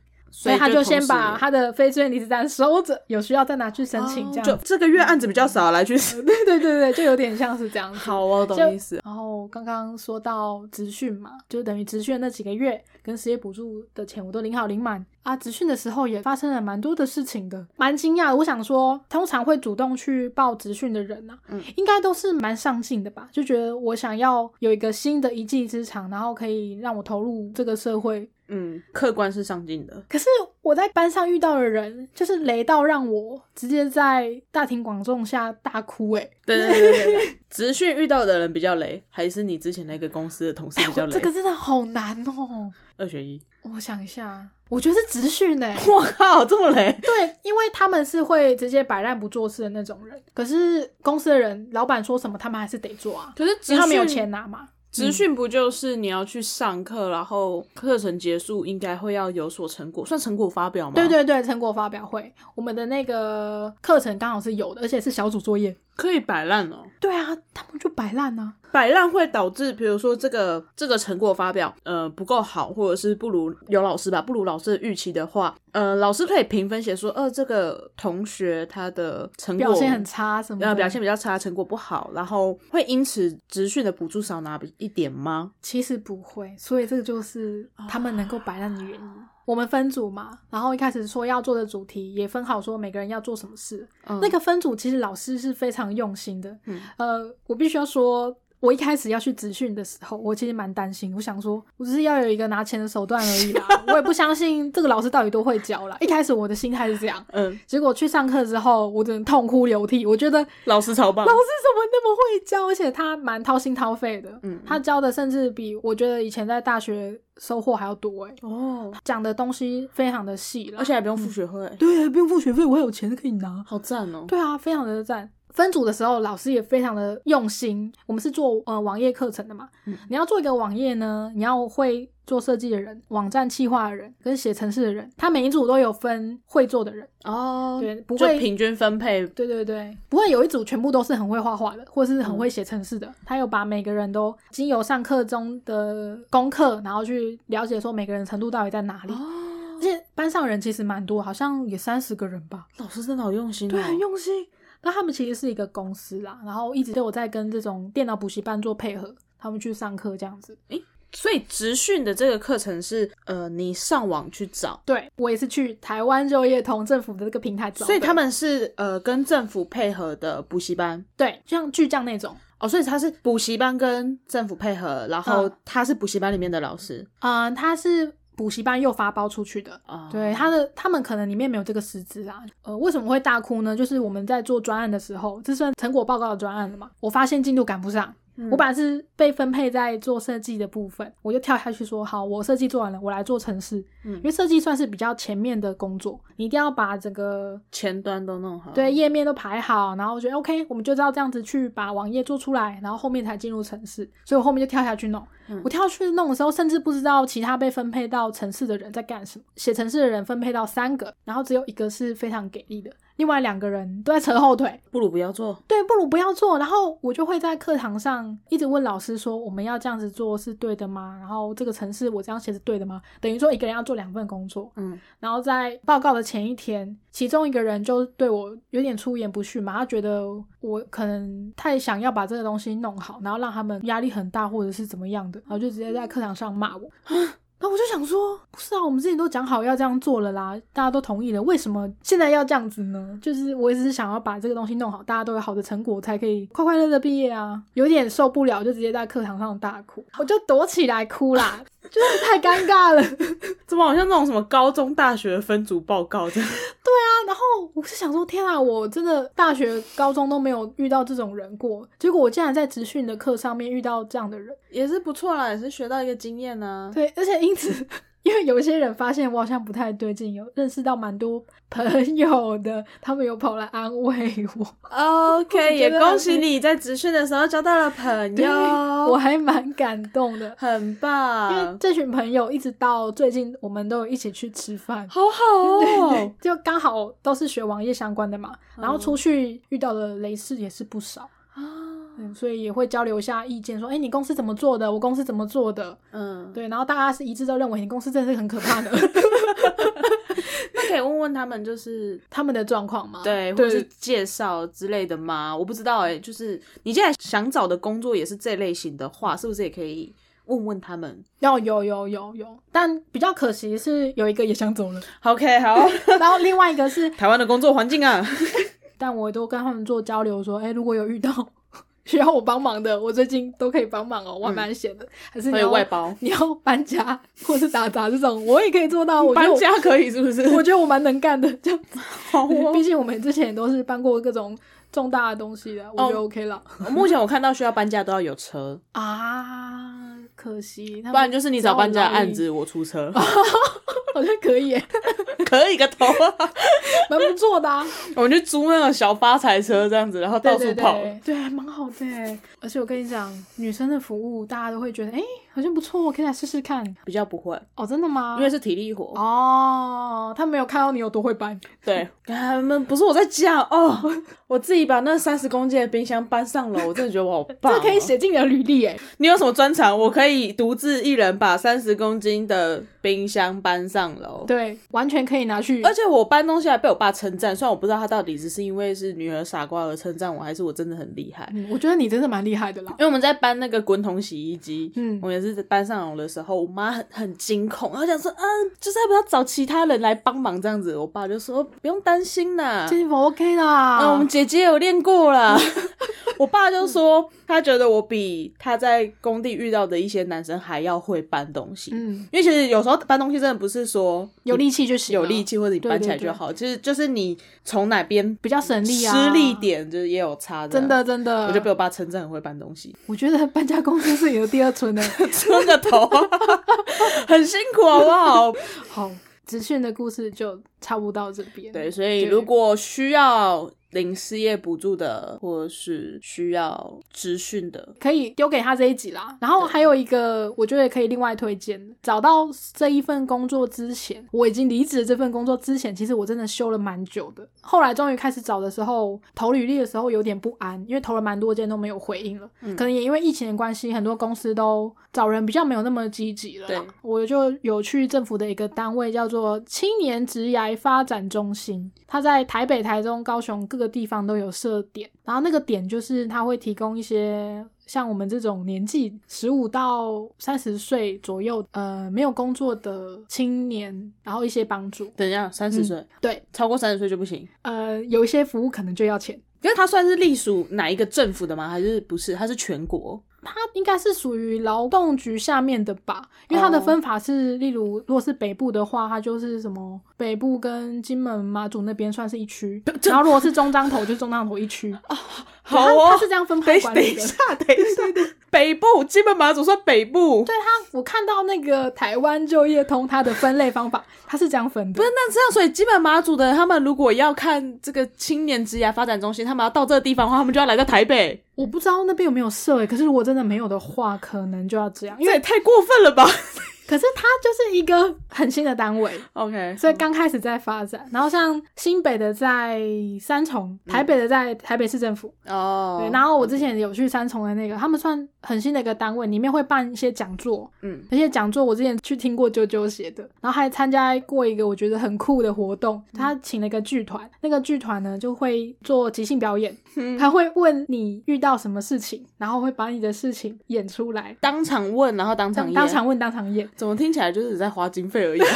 Speaker 1: 所
Speaker 2: 所
Speaker 1: 以他就
Speaker 2: 就
Speaker 1: 先
Speaker 2: 同时
Speaker 1: 把他的非自愿离职单收着，有需要再拿去申请，
Speaker 2: 哦
Speaker 1: 这样
Speaker 2: 就
Speaker 1: 子。 *laughs*
Speaker 2: 这个月案子比较少，啊来去
Speaker 1: 对对对对，就有点像是这样子。
Speaker 2: *laughs* 好哦，
Speaker 1: 就
Speaker 2: 懂意思。
Speaker 1: 然后刚刚说到职训嘛，就等于职训那几个月跟失业补助的钱我都领好领满啊。职训的时候也发生了蛮多的事情的，蛮惊讶的。我想说，通常会主动去报职训的人啊，
Speaker 2: 嗯
Speaker 1: 应该都是蛮上进的吧？就觉得我想要有一个新的一技之长，然后可以让我投入这个社会。
Speaker 2: 嗯，客观是上进的，
Speaker 1: 可是我在班上遇到的人，就是雷到让我直接在大庭广众下大哭、欸，
Speaker 2: 对对对对对对。 *laughs* 职训遇到的人比较雷，还是你之前那个公司的同事比较
Speaker 1: 哎，
Speaker 2: 雷？
Speaker 1: 这个真的好难哦。
Speaker 2: 二
Speaker 1: *laughs*
Speaker 2: 选一。
Speaker 1: 我想一下，啊我觉得是职训呢、
Speaker 2: 我靠，这么雷！
Speaker 1: 对，因为他们是会直接摆烂不做事的那种人，可是公司的人，老板说什么他们还是得做啊，
Speaker 2: 可是
Speaker 1: 因为他们有钱嗯拿嘛。
Speaker 2: 职训不就是你要去上课，然后课程结束应该会要有所成果，算成果发表吗？
Speaker 1: 对，对对，成果发表会，我们的那个课程刚好是有的，而且是小组作业。
Speaker 2: 可以摆烂哦。
Speaker 1: 对啊，他们就摆烂啊。
Speaker 2: 摆烂会导致，比如说这个这个成果发表，呃，不够好，或者是不如有老师吧，不如老师的预期的话，呃，老师可以评分写说，呃，这个同学他的成果
Speaker 1: 表现很，差什么的？
Speaker 2: 呃，表现比较差，成果不好，然后会因此职训的补助少拿一点吗？
Speaker 1: 其实不会，所以这个就是他们能够摆烂的原因。
Speaker 2: 哦
Speaker 1: 我们分组嘛，然后一开始说要做的主题也分好，说每个人要做什么事。
Speaker 2: 嗯
Speaker 1: 那个分组其实老师是非常用心的。
Speaker 2: 嗯
Speaker 1: 呃，我必须要说，我一开始要去职训的时候，我其实蛮担心，我想说，我只是要有一个拿钱的手段而已 *laughs* 啦，我也不相信这个老师到底多会教啦。一开始我的心态是这样，
Speaker 2: 嗯，
Speaker 1: 结果去上课之后，我只能痛哭流涕，我觉得
Speaker 2: 老师超棒
Speaker 1: 老师怎么那么会教？而且他蛮掏心掏肺的，
Speaker 2: 嗯
Speaker 1: 他教的甚至比我觉得以前在大学收获还要多哎、
Speaker 2: 哦，
Speaker 1: 讲的东西非常的细啦，
Speaker 2: 而且还不用
Speaker 1: 嗯
Speaker 2: 付学会，
Speaker 1: 对，啊不用付学费，我还有钱可以拿。
Speaker 2: 好赞哦。
Speaker 1: 对啊，非常的赞。分组的时候，老师也非常的用心。我们是做呃网页课程的嘛，
Speaker 2: 嗯
Speaker 1: 你要做一个网页呢，你要会做设计的人、网站企划的人跟写程式的人，他每一组都有分会做的人，
Speaker 2: 哦，
Speaker 1: 对，不
Speaker 2: 就
Speaker 1: 会
Speaker 2: 平均分配
Speaker 1: 对对对，不会有一组全部都是很会画画的，或是很
Speaker 2: 嗯
Speaker 1: 会写程式的。他有把每个人都经由上课中的功课，然后去了解说每个人程度到底在哪里。
Speaker 2: 哦
Speaker 1: 而，且班上人其实蛮多，好像也三十个人吧。
Speaker 2: 老师真的好用心哦，
Speaker 1: 对，很用心。那他们其实是一个公司啦，然后一直都有在跟这种电脑补习班做配合，他们去上课这样子。
Speaker 2: 所以职训的这个课程是呃，你上网去找，
Speaker 1: 对我也是去台湾就业通政府的这个平台找的，
Speaker 2: 所以他们是呃跟政府配合的补习班
Speaker 1: 对像巨匠那种
Speaker 2: 哦，所以他是补习班跟政府配合，然后
Speaker 1: 嗯
Speaker 2: 他是补习班里面的老师
Speaker 1: 嗯，他是补习班又发包出去的。
Speaker 2: 哦，
Speaker 1: 对他的，他们可能里面没有这个师资啊。呃，为什么会大哭呢？就是我们在做专案的时候，这算成果报告的专案了嘛？我发现进度赶不上，
Speaker 2: 嗯
Speaker 1: 我本来是被分配在做设计的部分，我就跳下去说：“好，我设计做完了，我来做城市。”
Speaker 2: 嗯
Speaker 1: 因为设计算是比较前面的工作，你一定要把整个
Speaker 2: 前端都弄好，
Speaker 1: 对，页面都排好，然后我觉得 OK，我们就照这样子去把网页做出来，然后后面才进入城市，所以我后面就跳下去弄。
Speaker 2: 嗯
Speaker 1: 我跳下去弄的时候，甚至不知道其他被分配到城市的人在干什么。写城市的人分配到三个，然后只有一个是非常给力的，另外两个人都在扯后腿。
Speaker 2: 不如不要做，
Speaker 1: 对，不如不要做。然后我就会在课堂上一直问老师说，我们要这样子做是对的吗？然后这个城市我这样写是对的吗？等于说一个人要做两份工作。
Speaker 2: 嗯，
Speaker 1: 然后在报告的前一天，其中一个人就对我有点出言不逊嘛，他觉得我可能太想要把这个东西弄好，然后让他们压力很大或者是怎么样的，然后就直接在课堂上骂我。 *gasps* 那我就想说，不是啊，我们之前都讲好要这样做了啦，大家都同意了，为什么现在要这样子呢？就是我也只是想要把这个东西弄好，大家都有好的成果，才可以快快乐乐毕业啊。有点受不了，就直接在课堂上大哭，我就躲起来哭啦， *laughs* 就是太尴尬了。
Speaker 2: 怎么好像那种什么高中、大学分组报告这样？
Speaker 1: 然后我是想说，天啊，我真的大学、高中都没有遇到这种人过，结果我竟然在职训的课上面遇到这样的人。
Speaker 2: *laughs* 也是不错啦，也是学到一个经验啊呢、
Speaker 1: 对，而且因此， *laughs* 因为有一些人发现我好像不太对劲，有认识到蛮多朋友的，他们有跑来安慰我，
Speaker 2: OK，
Speaker 1: 我觉
Speaker 2: 也
Speaker 1: 得
Speaker 2: 恭喜你在职训的时候交到了朋
Speaker 1: 对
Speaker 2: 友，
Speaker 1: 我还蛮感动
Speaker 2: *laughs*
Speaker 1: 的。
Speaker 2: 很
Speaker 1: 因为
Speaker 2: 棒，
Speaker 1: 这群朋友一直到最近，我们都有一起去吃饭，
Speaker 2: 好好哦。
Speaker 1: 就刚好都是学网页相关的嘛，然后
Speaker 2: 嗯
Speaker 1: 出去遇到的雷事也是不少。嗯，所以也会交流一下意见，说，哎、你公司怎么做的？我公司怎么做的？
Speaker 2: *laughs* 嗯，
Speaker 1: 对，然后大家是一致都认为你公司真的是很可怕的， *laughs*
Speaker 2: 那可以问问他们，就是
Speaker 1: 他们的状况嘛。
Speaker 2: 对，或是
Speaker 1: 对，
Speaker 2: 介绍之类的吗？我不知道哎、就是你现在想找的工作也是这类型的话，是不是也可以问问他们
Speaker 1: 要有有有有，但比较可惜是有一个也想走了，
Speaker 2: ？OK，好，
Speaker 1: 然后另外一个是，
Speaker 2: *laughs* 台湾的工作环
Speaker 1: *laughs*
Speaker 2: 境啊，
Speaker 1: 但我都跟他们做交流，说，哎、如果有遇到 *laughs* 需要我帮忙的，我最近都可以帮忙哦，我还蛮闲的，还是你
Speaker 2: 还有
Speaker 1: 要
Speaker 2: 嗯外包，
Speaker 1: 你要搬家或是打杂这种，我也可以做到。我觉得
Speaker 2: 搬
Speaker 1: 我，
Speaker 2: 家可以是不是？
Speaker 1: *laughs* 我觉得我蛮能干的，这样子。 *laughs*
Speaker 2: 好哦
Speaker 1: 毕竟我们之前也都是搬过各种重大的东西的，我觉得
Speaker 2: 哦
Speaker 1: OK 了。
Speaker 2: *laughs* 目前我看到需要搬家都要有车，
Speaker 1: 啊，可惜，不
Speaker 2: 不然就是你找搬家的案，子我出车， *laughs*
Speaker 1: 好像可以耶，
Speaker 2: 可以个
Speaker 1: *laughs*
Speaker 2: 头啊！
Speaker 1: 蛮不错的、
Speaker 2: *laughs*
Speaker 1: 啊，
Speaker 2: 我们就租那种小发财车这样子，然后到处
Speaker 1: 对
Speaker 2: 跑。
Speaker 1: 对对对，还蛮好的耶。而且我跟你讲，女生的服务大家都会觉得，哎、好像不错，我可以来试试看。
Speaker 2: 比较不会，
Speaker 1: 哦，真的吗？
Speaker 2: 因为是体力活。
Speaker 1: 哦，他没有看到你有多会搬，
Speaker 2: *laughs* 对，他们不是我在讲哦，我自己把那三十公斤的冰箱搬上楼，我真的觉得我好棒、哦
Speaker 1: 这可以。写进你的履历耶。
Speaker 2: 你有什么专长？我可以独自一人把三十公斤的冰箱搬上
Speaker 1: *laughs*
Speaker 2: 楼。
Speaker 1: 对，完全可以拿去
Speaker 2: 哦而且我搬东西还被我爸称赞，虽然我不知道他到底只是因为是女儿傻瓜而称赞我，还是我真的很厉害。
Speaker 1: 嗯，我觉得你真的蛮厉害的啦
Speaker 2: 因。为我们在搬那个滚筒洗衣机，
Speaker 1: 嗯
Speaker 2: 嗯，我也是搬上楼的时候，我妈很很惊恐，她想说，啊，就是要不要找其他人来帮忙这样子？我爸就说不用担心啦，
Speaker 1: 这衣服 OK 啦，
Speaker 2: 啊嗯，我们姐姐有练过 *laughs* 啦。我爸就说他觉得我比他在工地遇到的一些男生还要会搬东西，
Speaker 1: 嗯
Speaker 2: 因为其实有时候搬东西真的不是说
Speaker 1: 有力气就行了，
Speaker 2: 有力气或者你
Speaker 1: 对
Speaker 2: 搬起
Speaker 1: 对
Speaker 2: 来就
Speaker 1: 对
Speaker 2: 好，其实就是你从哪边
Speaker 1: 比较省力啊，
Speaker 2: 吃力，点，就是也有差的。
Speaker 1: 真。的真的，
Speaker 2: 啊我就被我爸称赞很会搬东西，
Speaker 1: 我觉得搬家公司是你的 *laughs* 第二春呢。
Speaker 2: 真的头、很辛苦好不好？
Speaker 1: 好，职训的故事就差不多到这边。
Speaker 2: *laughs* 对，所以
Speaker 1: 对
Speaker 2: 如果需要领失业补助的，或是需要职训的，
Speaker 1: 可以丢给他这一集啦。然后还有一个，我觉得可以另外推荐。找到这一份工作之前，我已经离职了这份工作之前，其实我真的休了蛮久的。后来终于开始找的时候，投履历的时候有点不安，因为投了蛮多间都没有回应了。
Speaker 2: 嗯
Speaker 1: 可能也因为疫情的关系，很多公司都找人比较没有那么积极了啦。
Speaker 2: 对
Speaker 1: 我就有去政府的一个单位，叫做青年职涯发展中心，它在台北、台中、高雄各个地方都有设点。然后那个点就是它会提供一些像我们这种年纪十五到三十岁左右，呃，没有工作的青年，然后一些帮助。
Speaker 2: 等一下，三十岁，
Speaker 1: 对，
Speaker 2: 超过三十岁就不行。
Speaker 1: 呃，有一些服务可能就要钱。
Speaker 2: 因为它算是隶属哪一个政府的吗？还是不是？它是全国
Speaker 1: 它应该是属于劳动局下面的吧，因为它的
Speaker 2: 哦
Speaker 1: 分法是，例如如果是北部的话，它就是什么北部跟金门、马祖那边算是一区，然后如果是中彰投就是中彰投一
Speaker 2: *laughs*
Speaker 1: 区，对它
Speaker 2: 好
Speaker 1: 它
Speaker 2: 哦
Speaker 1: 是。这样分
Speaker 2: 等
Speaker 1: 派
Speaker 2: 一
Speaker 1: 管
Speaker 2: 等一
Speaker 1: 理的。
Speaker 2: 下，等一下，北部基本马祖算北部，
Speaker 1: 对它，我看到那个台湾就业通它的分类方法，它是这样分的
Speaker 2: 不是。那这样，所以基本马祖的人他们如果要看这个青年职涯发展中心，他们要到这个地方的话，他们就要来到台北，
Speaker 1: 我不知道那边有没有设诶，欸可是如果真的没有的话，可能就要这样，因
Speaker 2: 这
Speaker 1: 为
Speaker 2: 也太过分了吧
Speaker 1: 可是它就是一个很新的单位。
Speaker 2: *laughs* ？OK，
Speaker 1: 所以刚开始在发展，然后像新北的在三重，台北的在台北市政府，
Speaker 2: 哦
Speaker 1: 对。然后我之前有去三重的那个，他们算很新的一个单位，里面会办一些讲座，
Speaker 2: 嗯，
Speaker 1: 那些讲座我之前去听过啾啾写的，然后还参加过一个我觉得很酷的活动，他请了一个剧团，那个剧团呢就会做即兴表演，他会问你遇到什么事情，然后会把你的事情演出来，
Speaker 2: 当场问，然后当
Speaker 1: 当
Speaker 2: 场
Speaker 1: 当
Speaker 2: 演
Speaker 1: 场问当场演，
Speaker 2: 怎么听起来就是只在花经费而已？啊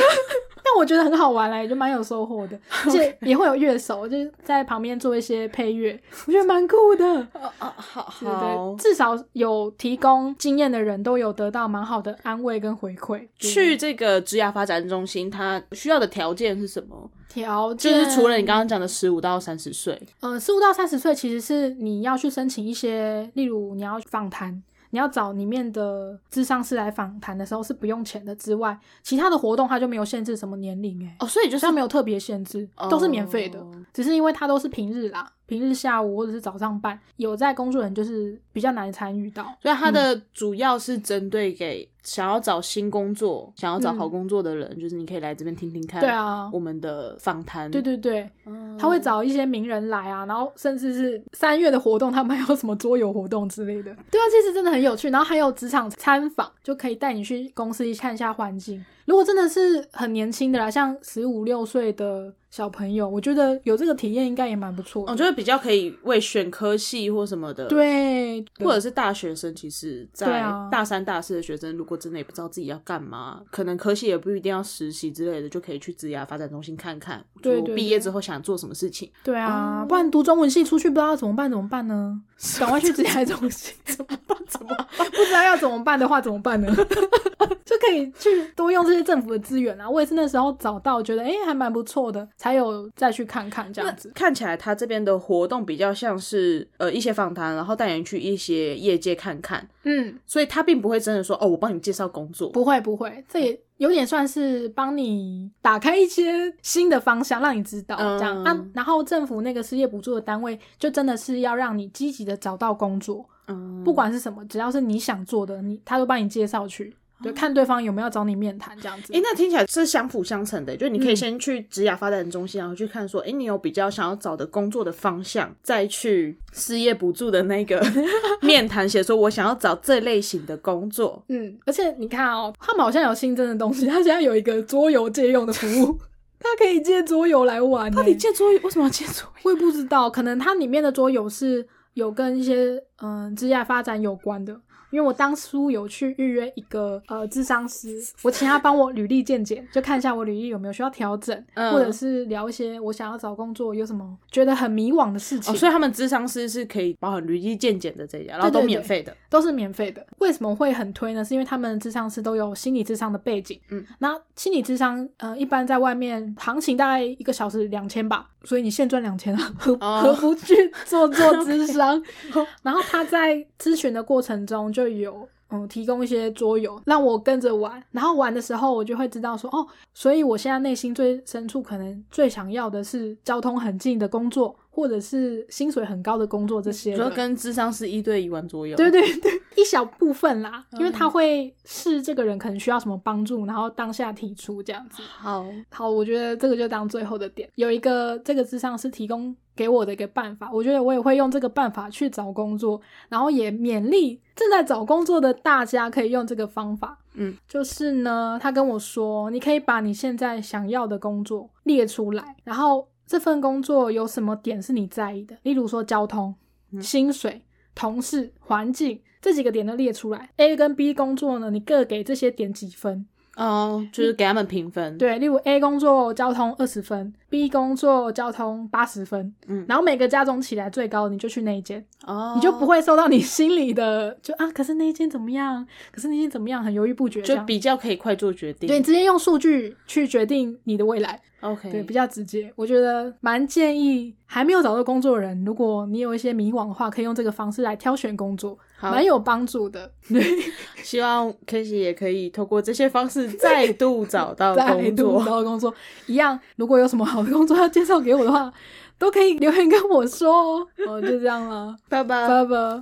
Speaker 1: 但我觉得很好玩啦，也就蛮有收获的，而且也会有乐手，就是在旁边做一些配乐，我觉得蛮酷的。
Speaker 2: *laughs* 哦哦，好 *laughs*
Speaker 1: 对对，至少有提供经验的人都有得到蛮好的安慰跟回馈。
Speaker 2: 去这个职涯发展中心，它需要的条件是什么？
Speaker 1: 条
Speaker 2: 就
Speaker 1: 件
Speaker 2: 是除了你刚刚讲的十五到三十岁，
Speaker 1: 呃，十五到三十岁其实是你要去申请一些，例如你要访谈，你要找里面的智商师来访谈的时候是不用钱的之外，其他的活动它就没有限制什么年龄、欸，
Speaker 2: 哦，所以就
Speaker 1: 就是是它没有特别限制，都是免费的，
Speaker 2: 哦
Speaker 1: 只是因为它都是平日啦，平日下午或者是早上办，有在工作人就是比较难参与到。
Speaker 2: 所以它的
Speaker 1: 嗯
Speaker 2: 主要是针对给想要找新工作、想要找好工作的人，就是你可以来这边听听
Speaker 1: 嗯
Speaker 2: 看。
Speaker 1: 对，啊，
Speaker 2: 我们的访谈。
Speaker 1: 对对对，
Speaker 2: 嗯，
Speaker 1: 他会找一些名人来啊，然后甚至是三月的活动，他们还有什么桌游活动之类的。对啊，其实真的很有趣。然后还有职场参访，就可以带你去公司看一下环境。如果真的是很年轻的啦，像十五六岁的小朋友，我觉得有这个体验应该也蛮不错哦的。
Speaker 2: 我觉得比较可以为选科系或什么的，，
Speaker 1: 对，
Speaker 2: 或者是大学生，其实，
Speaker 1: 对
Speaker 2: 在
Speaker 1: 啊
Speaker 2: 大三、大四的学生，如果真的也不知道自己要干嘛，可能科系也不一定要实习之类的，就可以去职涯发展中心看看，
Speaker 1: 对
Speaker 2: 就
Speaker 1: 对
Speaker 2: 毕业
Speaker 1: 对
Speaker 2: 之后想做什么事情。
Speaker 1: 对啊，
Speaker 2: 哦
Speaker 1: 不然读中文系出去不知道怎么办，怎么办呢？赶快去职业中心， *laughs* 怎么办？怎么办 *laughs* 不知道要怎么办的话，怎么办呢？ *laughs* 就可以去多用这些政府的资源啊。我也是那时候找到，觉得诶还蛮不错的，才有再去看看这样子。
Speaker 2: 看起来他这边的活动比较像是呃一些访谈，然后带你去一些业界看看，
Speaker 1: 嗯，
Speaker 2: 所以他并不会真的说哦，我帮你介绍工作。
Speaker 1: 不会不会，这也有点算是帮你打开一些新的方向，让你知道
Speaker 2: 嗯
Speaker 1: 这样、啊。然后政府那个失业补助的单位，就真的是要让你积极的找到工作。
Speaker 2: 嗯，
Speaker 1: 不管是什么，只要是你想做的，你他都帮你介绍去，对，看对方有没有找你面谈这样子。
Speaker 2: 诶，那听起来是相辅相成的，就你可以
Speaker 1: 嗯
Speaker 2: 先去职涯发展中心，然后去看说，诶，你有比较想要找的工作的方向，再去失业补助的 *laughs* 那个面谈，写说我想要找这类型的工作。
Speaker 1: 嗯，而且你看哦，他们好像有新增的东西，他现在有一个桌游借用的服务， *laughs* 他可以借桌游来玩、欸。
Speaker 2: 到底借桌游为什么要借桌游？
Speaker 1: 我也不知道，可能它里面的桌游是有跟一些嗯职业发展有关的。因为我当初有去预约一个呃智商师，我请他帮我履历鉴检，就看一下我履历有没有需要调整，
Speaker 2: 嗯
Speaker 1: 或者是聊一些我想要找工作有什么觉得很迷惘的事情。
Speaker 2: 哦，所以他们智商师是可以包含履历健检的这一家，然后都
Speaker 1: 对对
Speaker 2: 免费的。
Speaker 1: 都是免费的。为什么会很推呢？是因为他们智商师都有心理智商的背景，
Speaker 2: 嗯，
Speaker 1: 那心理智商，呃，一般在外面行情大概一个小时两千吧，所以你现赚两千啊，何、
Speaker 2: 哦
Speaker 1: 何不去
Speaker 2: *laughs*
Speaker 1: 做做智商？然后他在咨询的过程中就有。嗯，提供一些桌游让我跟着玩，然后玩的时候我就会知道说，哦，所以我现在内心最深处可能最想要的是交通很近的工作，或者是薪水很高的工作这些
Speaker 2: 主
Speaker 1: 的。
Speaker 2: 要跟智商师一对一玩桌游。
Speaker 1: 对对对， *laughs* 一小部分啦，因为他会视这个人可能需要什么帮助，然后当下提出这样子。
Speaker 2: 好，
Speaker 1: 好，我觉得这个就当最后的点。有一个这个智商是提供给我的一个办法，我觉得我也会用这个办法去找工作，然后也勉励正在找工作的大家可以用这个方法。
Speaker 2: 嗯，
Speaker 1: 就是呢，他跟我说，你可以把你现在想要的工作列出来，然后这份工作有什么点是你在意的，例如说交通、
Speaker 2: 嗯
Speaker 1: 薪水、同事、环境这几个点都列出来。A 跟 B 工作呢，你各给这些点几分？
Speaker 2: 哦，就是给他们评分。，
Speaker 1: 对，例如 A 工作交通二十分，B 工作交通八十分，
Speaker 2: 嗯，
Speaker 1: 然后每个加总起来最高，你就去那一间，
Speaker 2: 哦，
Speaker 1: 你就不会受到你 *laughs* 心里的就啊，可是那一间怎么样？可是那一间怎么样？很犹豫不决这
Speaker 2: 就
Speaker 1: 样。
Speaker 2: 比较可以快做决定。
Speaker 1: 对，你直接用数据去决定你的未来，
Speaker 2: ，OK，
Speaker 1: 对，比较直接。我觉得蛮建议还没有找到工作的人，如果你有一些迷惘的话，可以用这个方式来挑选工作，
Speaker 2: 好
Speaker 1: 蛮有帮助的。 *laughs*
Speaker 2: 希望 k a 也可以透过这些方式再度找
Speaker 1: *laughs*
Speaker 2: 到
Speaker 1: 再
Speaker 2: 工
Speaker 1: 度
Speaker 2: 作。
Speaker 1: 找工作一样，如果有什么好的工作要
Speaker 2: *laughs* 啊
Speaker 1: 介绍给我的话，都可以留言跟我说哦。哦，就这样了，
Speaker 2: 拜拜。
Speaker 1: 拜拜。